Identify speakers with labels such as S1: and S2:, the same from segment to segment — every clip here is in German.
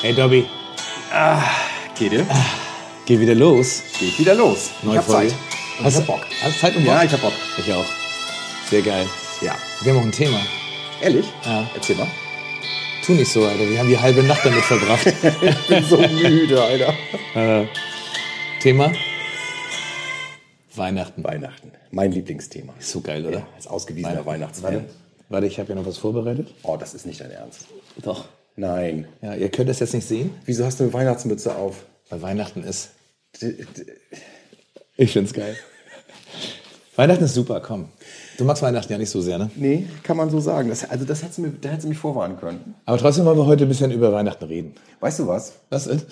S1: Hey Dobby,
S2: Geht ihr?
S1: geh wieder los.
S2: Geht wieder los.
S1: Neue
S2: ich hab
S1: Folge.
S2: Zeit. Und
S1: Hast
S2: ich hab
S1: du-
S2: Bock.
S1: Hast du Zeit und Bock?
S2: Ja, ich hab Bock.
S1: Ich auch. Sehr geil.
S2: Ja.
S1: Wir haben auch ein Thema.
S2: Ehrlich?
S1: Ja.
S2: Erzähl mal.
S1: Tu nicht so, Alter. Wir haben die halbe Nacht damit verbracht.
S2: Ich bin so müde, Alter.
S1: Thema? Weihnachten.
S2: Weihnachten. Mein Lieblingsthema.
S1: Ist so geil, oder?
S2: Ja, als ausgewiesener Weihnachtsmann.
S1: Warte, warte ich habe ja noch was vorbereitet.
S2: Oh, das ist nicht dein Ernst.
S1: Doch.
S2: Nein.
S1: Ja, ihr könnt das jetzt nicht sehen,
S2: Wieso hast du eine Weihnachtsmütze auf?
S1: weil Weihnachten ist.
S2: D- d-
S1: Ich find's geil. Weihnachten ist super, komm. Du magst Weihnachten ja nicht so sehr, ne?
S2: Nee, kann man so sagen. Das, also das hättest du mir, da hättest du mich vorwarnen können.
S1: Aber trotzdem wollen wir heute ein bisschen über Weihnachten reden.
S2: Weißt du was?
S1: Was ist?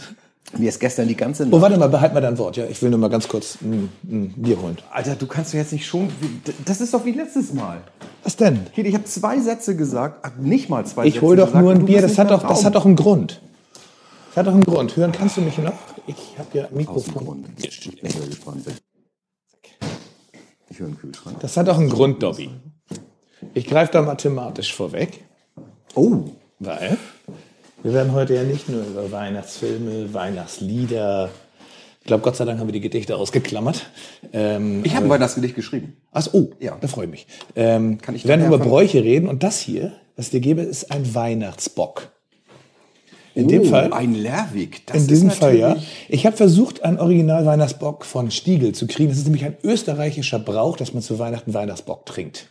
S2: Mir ist gestern die ganze
S1: Oh,
S2: Nacht...
S1: warte mal, behalt mal dein Wort, ja? Ich will nur mal ganz kurz ein, ein Bier holen.
S2: Alter, du kannst doch jetzt nicht schon... Das ist doch wie letztes Mal.
S1: Was denn?
S2: Hier, ich habe zwei Sätze gesagt. Ach, Nicht mal zwei
S1: Ich
S2: Sätze
S1: hol doch
S2: gesagt
S1: nur
S2: und
S1: ein
S2: du
S1: Bier,
S2: bist
S1: das hat,
S2: nicht mehr
S1: doch, das
S2: im
S1: hat
S2: Raum.
S1: doch einen Grund. Das hat doch einen Grund. Hören kannst du mich noch? Ich habe ja ein Mikrofon.
S2: Ich bin sehr gespannt. Ich höre einen Kühlschrank.
S1: Das hat doch einen Grund, Dobby. Ich greife da mathematisch vorweg,
S2: Oh,
S1: weil wir werden heute ja nicht nur über Weihnachtsfilme, Weihnachtslieder. Ich glaube, Gott sei Dank haben wir die Gedichte ausgeklammert. Ähm,
S2: ich habe ein Weihnachtsgedicht geschrieben.
S1: also, oh,
S2: Ja.
S1: da freue ich mich. Ähm,
S2: Kann ich
S1: wir werden
S2: da
S1: über
S2: von-
S1: Bräuche reden und das hier, was ich dir gebe, ist ein Weihnachtsbock. In dem
S2: Oh,
S1: Fall.
S2: Ein Lerwig. Das
S1: In diesem Fall ja.
S2: natürlich-
S1: Ich habe versucht, einen Original Weihnachtsbock von Stiegel zu kriegen. Das ist nämlich ein österreichischer Brauch, dass man zu Weihnachten Weihnachtsbock trinkt.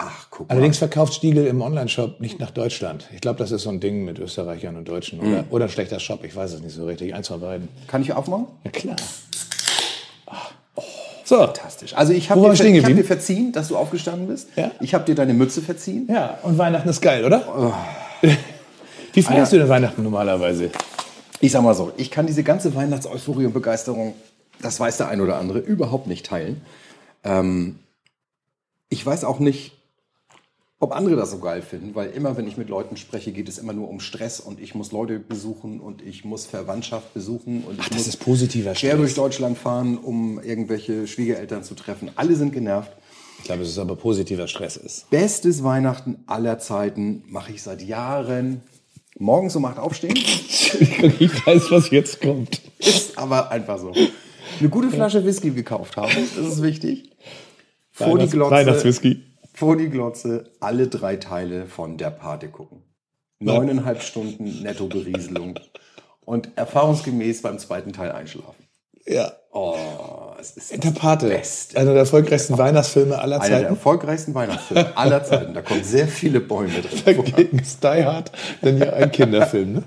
S2: Ach, guck mal.
S1: Allerdings verkauft Stiegel im Onlineshop nicht nach Deutschland. Ich glaube, das ist so ein Ding mit Österreichern und Deutschen oder,
S2: Mhm.
S1: oder ein schlechter Shop. Ich weiß es nicht so richtig. Eins von beiden.
S2: Kann ich aufmachen?
S1: Ja klar. So.
S2: Fantastisch. Also ich habe
S1: Wo war
S2: dir,
S1: ich
S2: ver-
S1: stehen
S2: ich hab dir
S1: geblieben?
S2: verziehen, dass du aufgestanden bist.
S1: Ja.
S2: Ich habe dir deine Mütze verziehen.
S1: Ja, und Weihnachten ist geil, oder?
S2: Oh.
S1: Wie
S2: Ah,
S1: feierst du denn Weihnachten normalerweise?
S2: Ich sag mal so, ich kann diese ganze Weihnachtseuphorie und Begeisterung, das weiß der ein oder andere, überhaupt nicht teilen. Ähm, ich weiß auch nicht, ob andere das so geil finden, weil immer, wenn ich mit Leuten spreche, geht es immer nur um Stress und ich muss Leute besuchen und ich muss Verwandtschaft besuchen und ich
S1: Das
S2: muss
S1: ist positiver
S2: quer
S1: Stress.
S2: durch Deutschland fahren, um irgendwelche Schwiegereltern zu treffen. Alle sind genervt.
S1: Ich glaube, es ist aber positiver Stress ist.
S2: Bestes Weihnachten aller Zeiten mache ich seit Jahren. Morgens um acht aufstehen,
S1: Entschuldigung, ich weiß, was jetzt kommt.
S2: Ist aber einfach so. Eine gute Flasche Whisky gekauft haben, das ist wichtig. Vor die
S1: Weihnachts-
S2: Glotze.
S1: Weihnachtswhisky.
S2: Vor die Glotze alle drei Teile von der Party gucken. Neuneinhalb Stunden Netto-Berieselung. Und erfahrungsgemäß beim zweiten Teil einschlafen.
S1: Ja.
S2: Oh, es ist
S1: Der Pate,
S2: Beste.
S1: einer der erfolgreichsten Weihnachtsfilme aller
S2: einer der
S1: Zeiten.
S2: erfolgreichsten Weihnachtsfilme aller Zeiten. Da kommen sehr viele Bäume drin. vor.
S1: Dagegen ist Die Hard dann ja ein Kinderfilm. Ne?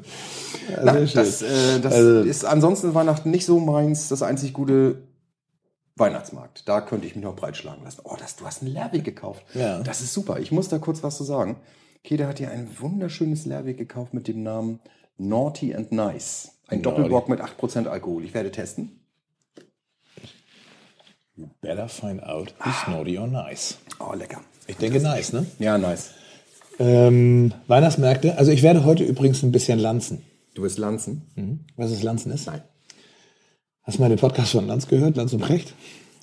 S1: Ja, sehr schön.
S2: Das, äh, das
S1: Also-
S2: ist ansonsten Weihnachten nicht so meins. Das einzig gute Weihnachtsmarkt. Da könnte ich mich noch breitschlagen lassen. Oh, das, du hast ein Lerwig gekauft.
S1: Ja.
S2: Das ist super. Ich muss da kurz was zu sagen. Keda hat hier ein wunderschönes Lerwig gekauft mit dem Namen Naughty and Nice. Ein
S1: Naughty.
S2: Doppelbock mit 8% Alkohol. Ich werde testen.
S1: Better find out
S2: Ah.
S1: who's naughty or nice.
S2: Oh, lecker.
S1: Ich denke nice, ne?
S2: Ja, nice.
S1: Ähm, Weihnachtsmärkte. Also ich werde heute übrigens ein bisschen lanzen.
S2: Du bist Lanzen?
S1: Was es lanzen ist?
S2: Mhm. Nein.
S1: Hast du mal den Podcast von Lanz gehört? Lanz und Precht?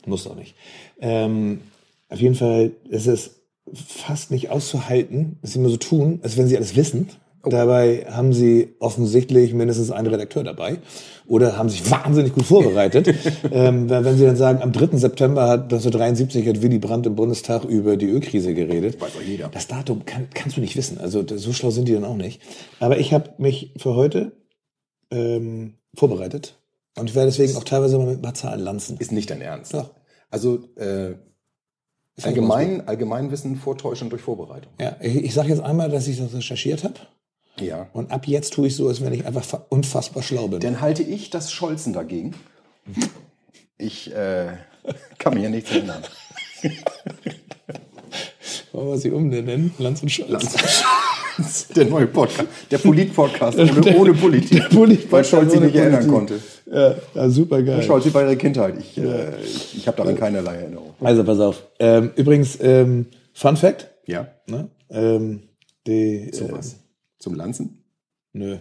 S1: Muss doch nicht. Ähm, auf jeden Fall ist es fast nicht auszuhalten, dass sie immer so tun, als wenn sie alles wissen.
S2: Oh.
S1: Dabei haben sie offensichtlich mindestens einen Redakteur dabei oder haben sich wahnsinnig gut vorbereitet. ähm, weil wenn sie dann sagen, am 3. September hat 1973 hat Willy Brandt im Bundestag über die Ölkrise geredet.
S2: Weiß doch jeder.
S1: Das Datum kann, kannst du nicht wissen. Also d- so schlau sind die dann auch nicht. Aber ich habe mich für heute ähm, vorbereitet und ich werde deswegen auch teilweise mal mit ein paar Zahlen lanzen.
S2: Ist nicht dein Ernst.
S1: Doch.
S2: Also, äh,
S1: Ist ja
S2: allgemein, Allgemeinwissen vortäuschen durch Vorbereitung.
S1: Ja, ich, ich sage jetzt einmal, dass ich das recherchiert habe.
S2: Ja.
S1: Und ab jetzt tue ich so, als wenn ich einfach fa- unfassbar schlau bin.
S2: Dann halte ich das Scholzen dagegen. Ich äh, kann mir hier nichts ändern.
S1: Wollen wir sie umnennen? Lanz und Scholz.
S2: Der neue Podcast, der Polit-Podcast ohne, ohne Politik,
S1: Polit-Podcast
S2: weil Scholz sich
S1: ohne
S2: nicht ändern
S1: Politik.
S2: konnte.
S1: Ja, ja super geil.
S2: Scholz wie bei der Kindheit. Ich, äh, ich, ich habe daran keinerlei Erinnerung.
S1: Also pass auf. Ähm, übrigens, ähm, Fun Fact.
S2: Ja,
S1: Ne? Ähm, die,
S2: so
S1: äh,
S2: was. Zum Lanzen?
S1: nö.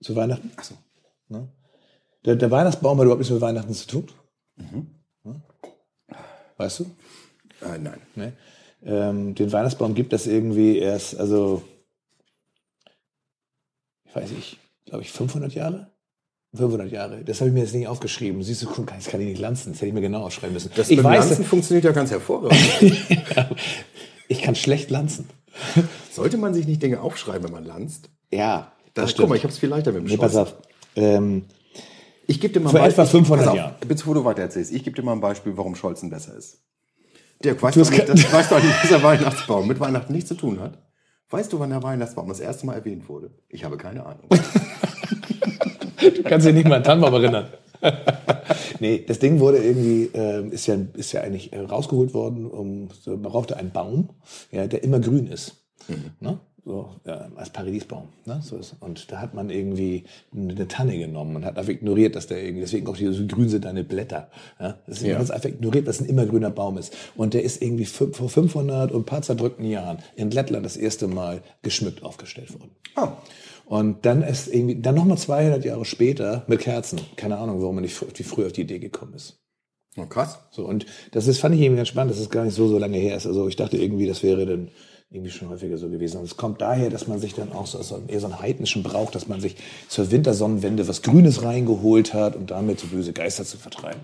S1: Zu Weihnachten? Ne?
S2: Ach so.
S1: Der, der Weihnachtsbaum hat überhaupt nichts mit Weihnachten zu tun.
S2: Mhm.
S1: Ne? Weißt du?
S2: Äh, nein.
S1: Ne? Ähm, den Weihnachtsbaum gibt es irgendwie erst, also ich weiß nicht, glaube ich, 500 Jahre? 500 Jahre. Das habe ich mir jetzt nicht aufgeschrieben. Siehst du, guck, das kann ich nicht lanzen. Das hätte ich mir genau aufschreiben müssen.
S2: Das
S1: ich weiß,
S2: Lanzen funktioniert ja ganz hervorragend.
S1: ich kann schlecht lanzen.
S2: Sollte man sich nicht Dinge aufschreiben, wenn man lanzt?
S1: Ja,
S2: Das, guck mal, ich habe es viel leichter mit dem
S1: nee, pass
S2: Scheiß.
S1: auf. Ähm,
S2: Ich gebe dir mal
S1: Vor
S2: ein
S1: etwa
S2: Beispiel-
S1: 500
S2: Pass auf,
S1: Jahren.
S2: Bevor du weiter erzählst, ich gebe dir mal ein Beispiel, warum Scholzen besser ist. Dirk, weißt
S1: Du
S2: du,
S1: hast
S2: eigentlich,
S1: kein-
S2: das, weißt du eigentlich, dass der Weihnachtsbaum mit Weihnachten nichts zu tun hat? Weißt du, wann der Weihnachtsbaum das erste Mal erwähnt wurde? Ich habe keine Ahnung.
S1: du kannst dich nicht mal an Tannenbaum erinnern. nee, das Ding wurde irgendwie, ähm, ist, ja, ist ja eigentlich äh, rausgeholt worden, um, so, man brauchte einen Baum, ja, der immer grün ist. Ne? So, ja, als Paradiesbaum. Ne? So ist. Und da hat man irgendwie eine Tanne genommen und hat einfach ignoriert, dass der irgendwie, deswegen auch die so grün sind deine Blätter. Ja? Deswegen
S2: Ja.
S1: hat man es einfach ignoriert, dass es ein immergrüner Baum ist. Und der ist irgendwie fün- vor 500 und ein paar zerdrückten Jahren in Lettland das erste Mal geschmückt aufgestellt worden.
S2: Ah,
S1: Und dann ist irgendwie, dann nochmal 200 Jahre später mit Kerzen. Keine Ahnung, warum man nicht fr- wie früher auf die Idee gekommen ist.
S2: na oh, krass.
S1: So, und das ist, fand ich irgendwie ganz spannend, dass es gar nicht so, so lange her ist. Also ich dachte irgendwie, das wäre dann irgendwie schon häufiger so gewesen. Und es kommt daher, dass man sich dann auch so, so eher so einen heidnischen Brauch, dass man sich zur Wintersonnenwende was Grünes reingeholt hat, um damit so böse Geister zu vertreiben.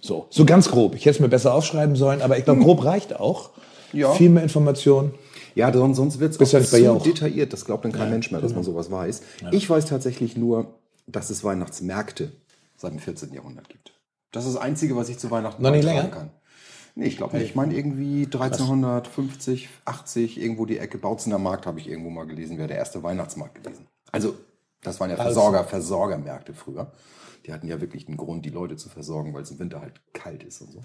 S1: So, so ganz grob. Ich hätte es mir besser aufschreiben sollen, aber ich glaube, grob reicht auch.
S2: Ja.
S1: Viel mehr Informationen.
S2: Ja, sonst, sonst wird
S1: Bist
S2: es
S1: ja nicht bei Jauch.
S2: detailliert. Das glaubt dann kein Mensch mehr, dass man sowas weiß. Ich weiß tatsächlich nur, dass es Weihnachtsmärkte seit dem 14. Jahrhundert gibt. Das ist das Einzige, was ich zu Weihnachten
S1: Noch nicht
S2: beitragen
S1: länger?
S2: kann. Nee, ich glaube nicht. Ich meine irgendwie 1350, 80, irgendwo die Ecke. Bautzener Markt habe ich irgendwo mal gelesen, wäre der erste Weihnachtsmarkt gewesen. Also, das waren ja Versorger, Versorgermärkte früher. Die hatten ja wirklich einen Grund, die Leute zu versorgen, weil es im Winter halt kalt ist und so.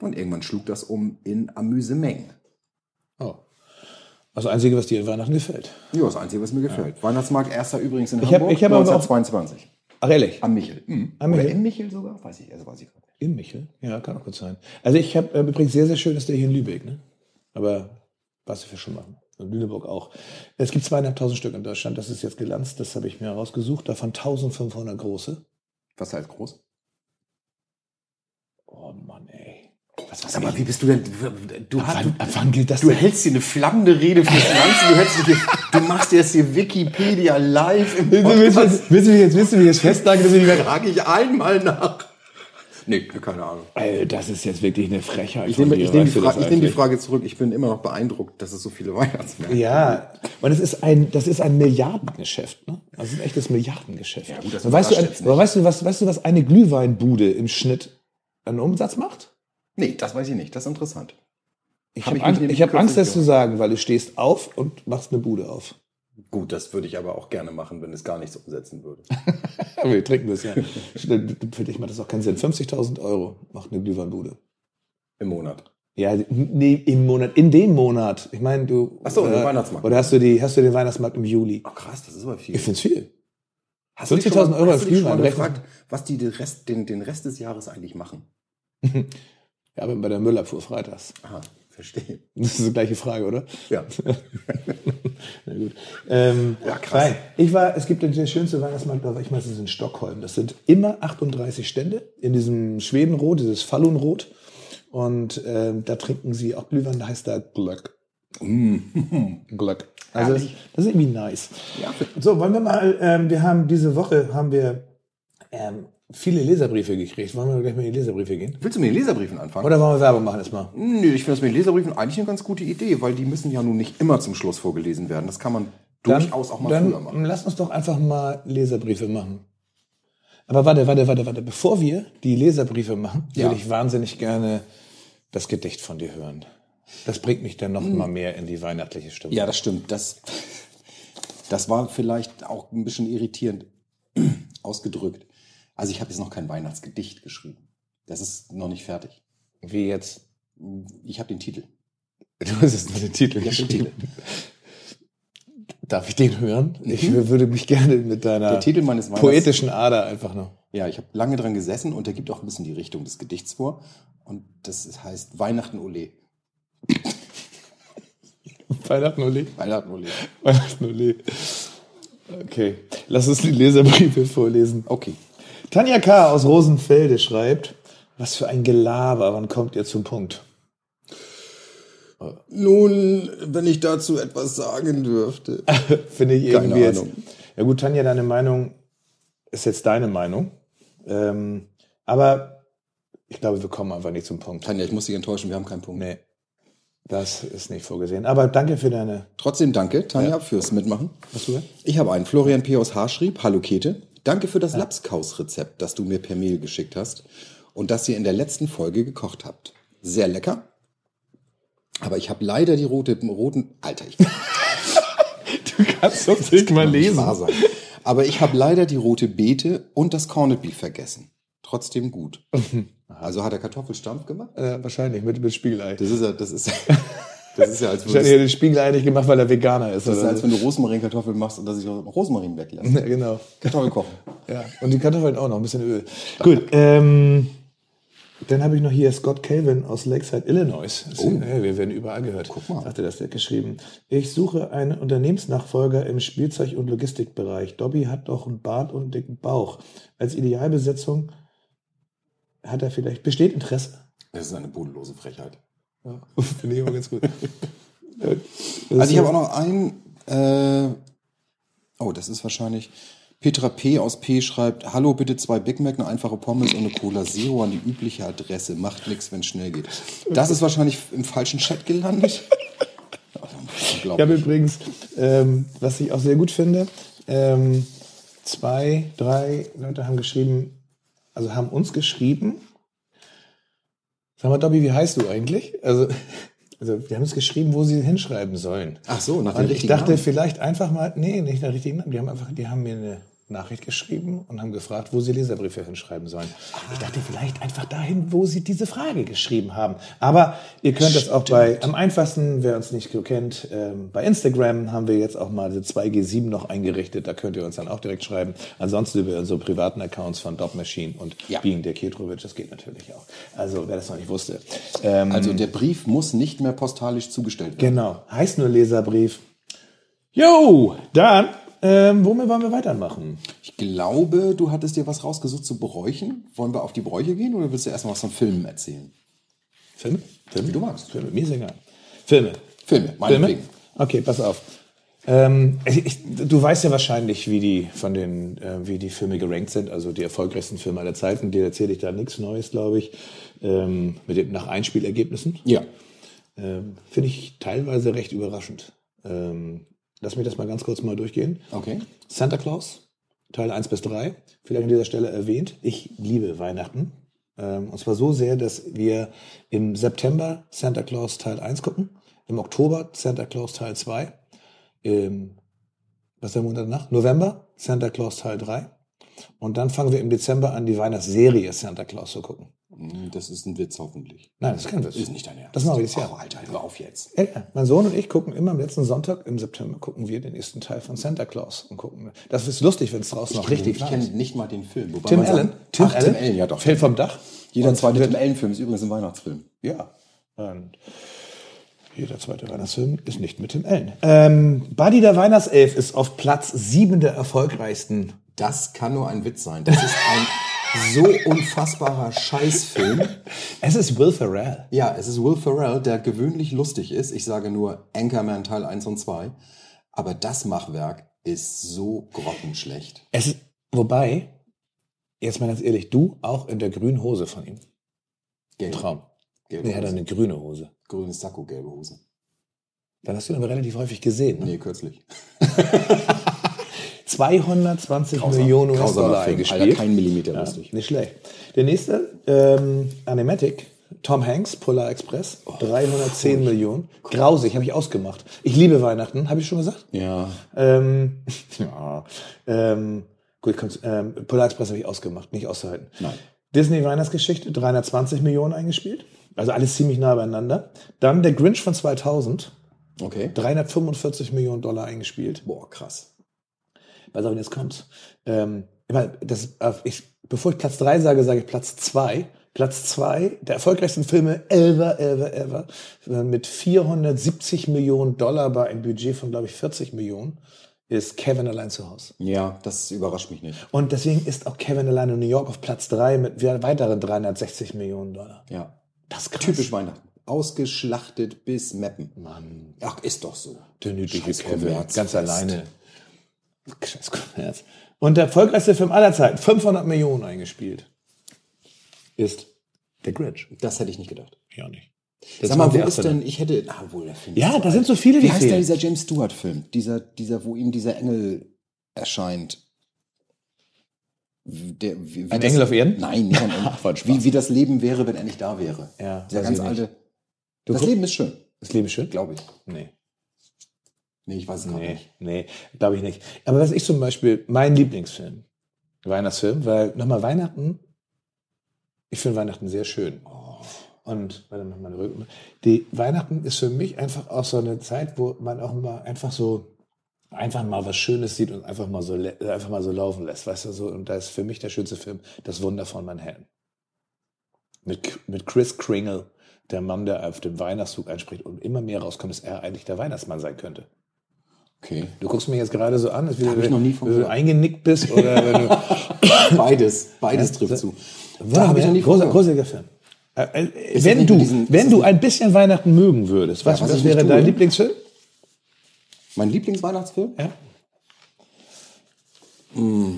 S2: Und irgendwann schlug das um in Amüsemeng.
S1: Oh. Das Einzige, was dir an Weihnachten gefällt.
S2: Ja, das Einzige, was mir gefällt. Weihnachtsmarkt erster übrigens in
S1: Ich hab-
S2: Hamburg,
S1: ich hab aber auch-
S2: 1922.
S1: Ach, ehrlich?
S2: Am Michel. Mhm.
S1: Am Michel.
S2: Oder in Michel sogar? Weiß ich, also weiß ich gerade nicht.
S1: In Michel? Ja, kann auch gut sein. Also ich habe äh, übrigens sehr, sehr schön ist der hier in Lübeck, ne? Aber was wir schon machen. Und Lüneburg auch. Es gibt zweieinhalbtausend Stück in Deutschland. Das ist jetzt gelanzt. Das habe ich mir herausgesucht. Davon 1500 große.
S2: Was heißt groß?
S1: Oh Mann, ey.
S2: Was, was, aber wie bist du denn? Du,
S1: Ab
S2: hast-
S1: wann, ab wann gilt das
S2: du, du
S1: denn?
S2: hältst hier eine flammende Rede für Finanzen. Du, hältst hier, du machst dir jetzt hier Wikipedia live im
S1: Willst du, willst,
S2: Podcast.
S1: du, willst, du mich jetzt, willst du mich jetzt festnageln, dass ich nicht mehr...
S2: Frage ich einmal nach. Nee, keine Ahnung.
S1: Ey, das ist jetzt wirklich eine Frechheit
S2: Ich nehme,
S1: von dir.
S2: ich, nehme die
S1: Weißt du das
S2: Frage, ich nehme die
S1: eigentlich?
S2: Frage zurück. Ich bin immer noch beeindruckt, dass es so viele Weihnachtsmärkte
S1: Ja, und es ist ein, das ist ein Milliardengeschäft, ne? Also ein echtes Milliardengeschäft. Ja,
S2: gut, das
S1: weißt du,
S2: überrascht
S1: ein,
S2: jetzt nicht.
S1: aber weißt du, was, weißt du, was eine Glühweinbude im Schnitt an Umsatz macht?
S2: Nee, das weiß ich nicht. Das ist interessant.
S1: Ich
S2: Hab
S1: habe
S2: ich
S1: Angst,
S2: mich
S1: ich
S2: nämlich
S1: hab Angst,
S2: kürzlich
S1: das zu sagen, weil du stehst auf und machst eine Bude auf.
S2: Gut, das würde ich aber auch gerne machen, wenn es gar nichts umsetzen würde.
S1: Aber wir trinken das ja. Für dich macht das auch keinen Sinn. 50.000 Euro macht eine Glühweinbude.
S2: Im Monat.
S1: Ja, nee, im Monat, in dem Monat. Ich meine, du.
S2: Ach so,
S1: oder,
S2: den Weihnachtsmarkt.
S1: Oder hast du, die, hast du den Weihnachtsmarkt im Juli?
S2: Oh, krass, das ist aber viel.
S1: Ich find's viel.
S2: Hast du dich schon mal-
S1: 50.000 Euro
S2: hast
S1: im
S2: du dich schon mal
S1: Glühwein
S2: gefragt, was die den Rest, den, den Rest des Jahres eigentlich machen?
S1: Ja, aber bei der Müllabfuhr freitags.
S2: Aha, verstehe.
S1: Das ist die gleiche Frage, oder?
S2: Ja.
S1: Na gut. Ähm,
S2: Ja, krass.
S1: Nein, ich war, es gibt den schönsten Weihnachtsmarkt, da war ich meistens in Stockholm. Das sind immer 38 Stände in diesem Schwedenrot, dieses Fallunrot. Und ähm, da trinken sie auch Glühwein, da heißt da Glöck. Glöck. Also das,
S2: Mm. Herrlich.
S1: das ist irgendwie nice.
S2: Ja.
S1: So, wollen wir mal, ähm, wir haben diese Woche, haben wir ähm, viele Leserbriefe gekriegt. Wollen wir gleich mal in die Leserbriefe gehen?
S2: Willst du mit den Leserbriefen anfangen?
S1: Oder wollen wir Werbung machen erstmal?
S2: Nö, ich finde das mit den Leserbriefen eigentlich eine ganz gute Idee, weil die müssen ja nun nicht immer zum Schluss vorgelesen werden. Das kann man durchaus auch mal
S1: dann
S2: früher machen.
S1: Lass uns doch einfach mal Leserbriefe machen. Aber warte, warte, warte, warte. Bevor wir die Leserbriefe machen,
S2: Ja.
S1: würde ich wahnsinnig gerne das Gedicht von dir hören. Das bringt mich dann noch
S2: Hm.
S1: mal mehr in die weihnachtliche Stimmung.
S2: Ja, das stimmt. Das, das war vielleicht auch ein bisschen irritierend ausgedrückt. Also ich habe jetzt noch kein Weihnachtsgedicht geschrieben. Das ist noch nicht fertig.
S1: Wie jetzt?
S2: Ich habe den Titel.
S1: Du hast jetzt nur den Titel
S2: Ich habe den Titel.
S1: geschrieben. Darf ich den hören? Ich würde mich gerne mit deiner
S2: Mhm. Der Titel meines Weihnachts-
S1: poetischen Ader einfach noch.
S2: Ja, ich habe lange dran gesessen und der gibt auch ein bisschen die Richtung des Gedichts vor. Und das ist- heißt Weihnachten Ole.
S1: Weihnachten Ole.
S2: Weihnachten Ole.
S1: Weihnachten Ole. Okay, lass uns die Leserbriefe vorlesen.
S2: Okay.
S1: Tanja K. aus Rosenfelde schreibt, was für ein Gelaber, wann kommt ihr zum Punkt?
S2: Nun, wenn ich dazu etwas sagen dürfte.
S1: Finde ich
S2: Keine
S1: irgendwie jetzt,
S2: Ahnung.
S1: Ja gut, Tanja, deine Meinung ist jetzt deine Meinung. Ähm, aber ich glaube, wir kommen einfach nicht zum Punkt.
S2: Tanja, ich muss dich enttäuschen, wir haben keinen Punkt.
S1: Nee, das ist nicht vorgesehen. Aber danke für deine...
S2: Trotzdem danke, Tanja, fürs Mitmachen.
S1: Hast du?
S2: Ich habe einen. Florian P. aus Haar schrieb, Hallo Kete, danke für das Lapskaus-Rezept, das du mir per Mail geschickt hast und das ihr in der letzten Folge gekocht habt. Sehr lecker. Aber ich habe leider die rote, roten... Alter, ich
S1: Du kannst das nicht mal
S2: Nicht wahr sein. Aber ich habe leider die rote Beete und das Corned Beef vergessen. Trotzdem gut. Also hat er Kartoffelstampf gemacht?
S1: Äh, wahrscheinlich, mit, mit Spiegelei.
S2: Das ist ja, das ist, das ist ja äh, als,
S1: Ich hätte ja
S2: würdest,
S1: den Spiegelei nicht gemacht, weil er Veganer ist. halt-
S2: das ist,
S1: Oder?
S2: als wenn du Rosmarinkartoffeln machst und dass ich auch Rosmarin weglasse.
S1: Ja, genau.
S2: Kartoffeln kochen.
S1: Ja. Und die Kartoffeln auch noch, ein bisschen Öl. Gut, ähm, dann habe ich noch hier Scott Calvin aus Lakeside, Illinois. Das- Hey, wir werden überall gehört. Guck
S2: Oh. mal.
S1: Hat er das direkt geschrieben. Ich suche einen Unternehmensnachfolger im Spielzeug- und Logistikbereich. Dobby hat doch einen Bart und einen dicken Bauch. Als Idealbesetzung hat er vielleicht, besteht Interesse?
S2: Das ist eine bodenlose Frechheit.
S1: Ja, finde ich aber ganz gut.
S2: Also ich habe auch noch einen, äh, oh, das ist wahrscheinlich, Petra P. aus P. schreibt, Hallo, bitte zwei Big Mac, eine einfache Pommes und eine Cola Zero an die übliche Adresse. Macht nix, wenn schnell geht. Das ist wahrscheinlich im falschen Chat gelandet. Glaub
S1: Ich habe übrigens, ähm, was ich auch sehr gut finde, ähm, zwei, drei Leute haben geschrieben, also haben uns geschrieben. Sag mal, Dobby, wie heißt du eigentlich? Also, also wir haben es geschrieben, wo sie hinschreiben sollen.
S2: Ach so, nach dem
S1: Und Also ich
S2: richtigen
S1: dachte
S2: Namen.
S1: vielleicht einfach mal, nee, nicht nach richtigen Namen. Die haben einfach, die haben mir eine Nachricht geschrieben und haben gefragt, wo sie Leserbriefe hinschreiben sollen. Ich dachte vielleicht einfach dahin, wo sie diese Frage geschrieben haben. Aber ihr könnt das auch bei, am einfachsten, wer uns nicht so kennt, ähm, bei Instagram haben wir jetzt auch mal diese 2G7 noch eingerichtet. Da könnt ihr uns dann auch direkt schreiben. Ansonsten über unsere privaten Accounts von Dop Machine und
S2: Ja.
S1: Being der Ketrovic. Das geht natürlich auch. Also wer das noch nicht wusste. Ähm,
S2: Also der Brief muss nicht mehr postalisch zugestellt werden.
S1: Genau, heißt nur Leserbrief. Jo, dann, ähm, womit wollen wir weitermachen?
S2: Ich glaube, du hattest dir was rausgesucht zu Bräuchen. Wollen wir auf die Bräuche gehen oder willst du erstmal was von Filmen erzählen?
S1: Filme? Filme?
S2: Wie du magst.
S1: Filme, mir ist egal. Filme.
S2: Filme,
S1: Filme?
S2: meinetwegen.
S1: Okay, pass auf. Ähm, ich, ich, du weißt ja wahrscheinlich, wie die von den, äh, wie die Filme gerankt sind, also die erfolgreichsten Filme aller Zeiten. Dir erzähle ich da nichts Neues, glaube ich, ähm, mit den, nach Einspielergebnissen.
S2: Ja.
S1: Ähm, Finde ich teilweise recht überraschend. Ähm, lass mich das mal ganz kurz mal durchgehen.
S2: Okay.
S1: Santa Claus, Teil 1 bis 3, vielleicht an dieser Stelle erwähnt. Ich liebe Weihnachten. Ähm, und zwar so sehr, dass wir im September Santa Claus Teil 1 gucken, im Oktober Santa Claus Teil 2, im, was ist der Monat nach? November Santa Claus Teil 3. Und dann fangen wir im Dezember an, die Weihnachtsserie Santa Claus zu gucken.
S2: Hm, Das ist ein Witz hoffentlich.
S1: Nein, das können wir.
S2: Ist nicht dein Ernst.
S1: Das machen wir jedes Jahr.
S2: Oh, Alter, hör auf jetzt.
S1: Ja, ja. mein Sohn und ich gucken immer am letzten Sonntag im September gucken wir den ersten Teil von Santa Claus und gucken. Das ist lustig, wenn es draußen noch richtig
S2: Ich
S1: warm
S2: kenne
S1: ist.
S2: nicht mal den Film. Wobei
S1: Tim
S2: man
S1: Allen.
S2: Sagt, Tim, Ach, Allen? Tim Allen, ja doch.
S1: Fällt vom Dach.
S2: Jeder
S1: Und
S2: zweite
S1: wird-
S2: Tim Allen-Film ist übrigens ein Weihnachtsfilm.
S1: Ja. Und jeder zweite Weihnachtsfilm ist nicht mit Tim Allen. Ähm, Buddy der Weihnachtself ist auf Platz sieben der erfolgreichsten.
S2: Das kann nur ein Witz sein. Das ist ein so unfassbarer Scheißfilm.
S1: Es ist Will Ferrell.
S2: Ja, es ist Will Ferrell, der gewöhnlich lustig ist. Ich sage nur Anchorman Teil 1 und 2. Aber das Machwerk ist so grottenschlecht.
S1: Es ist, wobei, jetzt mal ganz ehrlich, du auch in der grünen Hose von ihm.
S2: Gelb,
S1: Traum.
S2: gelbe
S1: Nee, er hat
S2: Hose.
S1: eine grüne Hose.
S2: Grünes Sakko, gelbe Hose.
S1: Dann hast du ihn aber relativ häufig gesehen. Ne?
S2: Nee, kürzlich.
S1: 220 Millionen US-Dollar
S2: Alter,
S1: eingespielt.
S2: kein Millimeter
S1: Ja,
S2: lustig.
S1: nicht schlecht. Der nächste, ähm, Animatic, Tom Hanks, Polar Express, 310 Millionen. Grausig, habe ich ausgemacht. Ich liebe Weihnachten, habe ich schon gesagt?
S2: Ja.
S1: Ähm, ja. Ähm, gut, kommt's, ähm, Polar Express habe ich ausgemacht, nicht auszuhalten.
S2: Nein.
S1: Disney Weihnachtsgeschichte, 320 Millionen eingespielt. Also alles ziemlich nah beieinander. Dann der Grinch von 2000,
S2: Okay.
S1: 345 Millionen Dollar eingespielt.
S2: Boah, krass.
S1: Pass auf, jetzt kommt's. Ähm, immer, das, äh, ich, bevor ich Platz 3 sage, sage ich Platz 2. Platz 2 der erfolgreichsten Filme ever, ever, ever. äh, Mit 470 Millionen Dollar bei einem Budget von, glaube ich, 40 Millionen ist Kevin allein zu Hause.
S2: Ja, das überrascht mich nicht.
S1: Und deswegen ist auch Kevin allein in New York auf Platz 3 mit weiteren 360 Millionen Dollar.
S2: Ja.
S1: Das ist krass.
S2: Typisch Weihnachten. Ausgeschlachtet bis Meppen. Mann. Ach, ist doch so.
S1: Der nötige
S2: Scheiß
S1: Kevin,
S2: Kommerz.
S1: ganz alleine. Scheiß Kommerz. Und der erfolgreichste Film aller Zeiten, 500 Millionen eingespielt, ist der Grinch.
S2: Das hätte ich nicht gedacht.
S1: Ja, nicht.
S2: Sag mal,
S1: waren
S2: wo
S1: die
S2: ist
S1: Erste.
S2: denn, ich hätte, ah, wohl, der Film.
S1: Ja,
S2: ist
S1: da
S2: alt.
S1: sind so viele, die
S2: Wie heißt denn
S1: fehlen.
S2: dieser James Stewart-Film? Dieser, dieser, wo ihm dieser Engel erscheint. Der, wie, wie
S1: Ein Engel auf Erden?
S2: Nein, nicht ein Engel. Quatsch, wie, wie das Leben wäre, wenn er nicht da wäre.
S1: Ja,
S2: dieser
S1: weiß
S2: ganz
S1: ich nicht.
S2: alte.
S1: Du
S2: das
S1: guck-
S2: Leben ist schön,
S1: Ist Leben schön?
S2: glaube ich.
S1: Nee.
S2: Nee, ich weiß es gar
S1: Nee,
S2: nicht.
S1: nee, glaube ich nicht. Aber was ich zum Beispiel, mein Lieblingsfilm, Weihnachtsfilm, weil nochmal Weihnachten, ich finde Weihnachten sehr schön.
S2: Oh.
S1: Und, warte, mach mal eine Rücken. Die Weihnachten ist für mich einfach auch so eine Zeit, wo man auch mal einfach so, einfach mal was Schönes sieht und einfach mal so, lä- einfach mal so laufen lässt, weißt du, so. Und da ist für mich der schönste Film, Das Wunder von Manhattan. Mit, mit Chris Kringle, der Mann, der auf dem Weihnachtszug einspricht und immer mehr rauskommt, dass er eigentlich der Weihnachtsmann sein könnte.
S2: Okay.
S1: Du guckst mich jetzt gerade so an, als
S2: Hab ich noch nie von
S1: wenn du
S2: gehört.
S1: eingenickt bist oder wenn du.
S2: Beides, beides trifft zu. Da habe ich noch nie
S1: ne? großer,
S2: von gehört.
S1: großer Film. Äh, äh,
S2: das
S1: wenn
S2: nicht
S1: du,
S2: mit diesen- ist
S1: wenn
S2: das
S1: du
S2: nicht-
S1: ein bisschen Weihnachten mögen würdest, was,
S2: was
S1: was
S2: ich nicht
S1: wäre
S2: tue,
S1: dein
S2: ne?
S1: Lieblingsfilm?
S2: Mein Lieblingsweihnachtsfilm?
S1: Ja.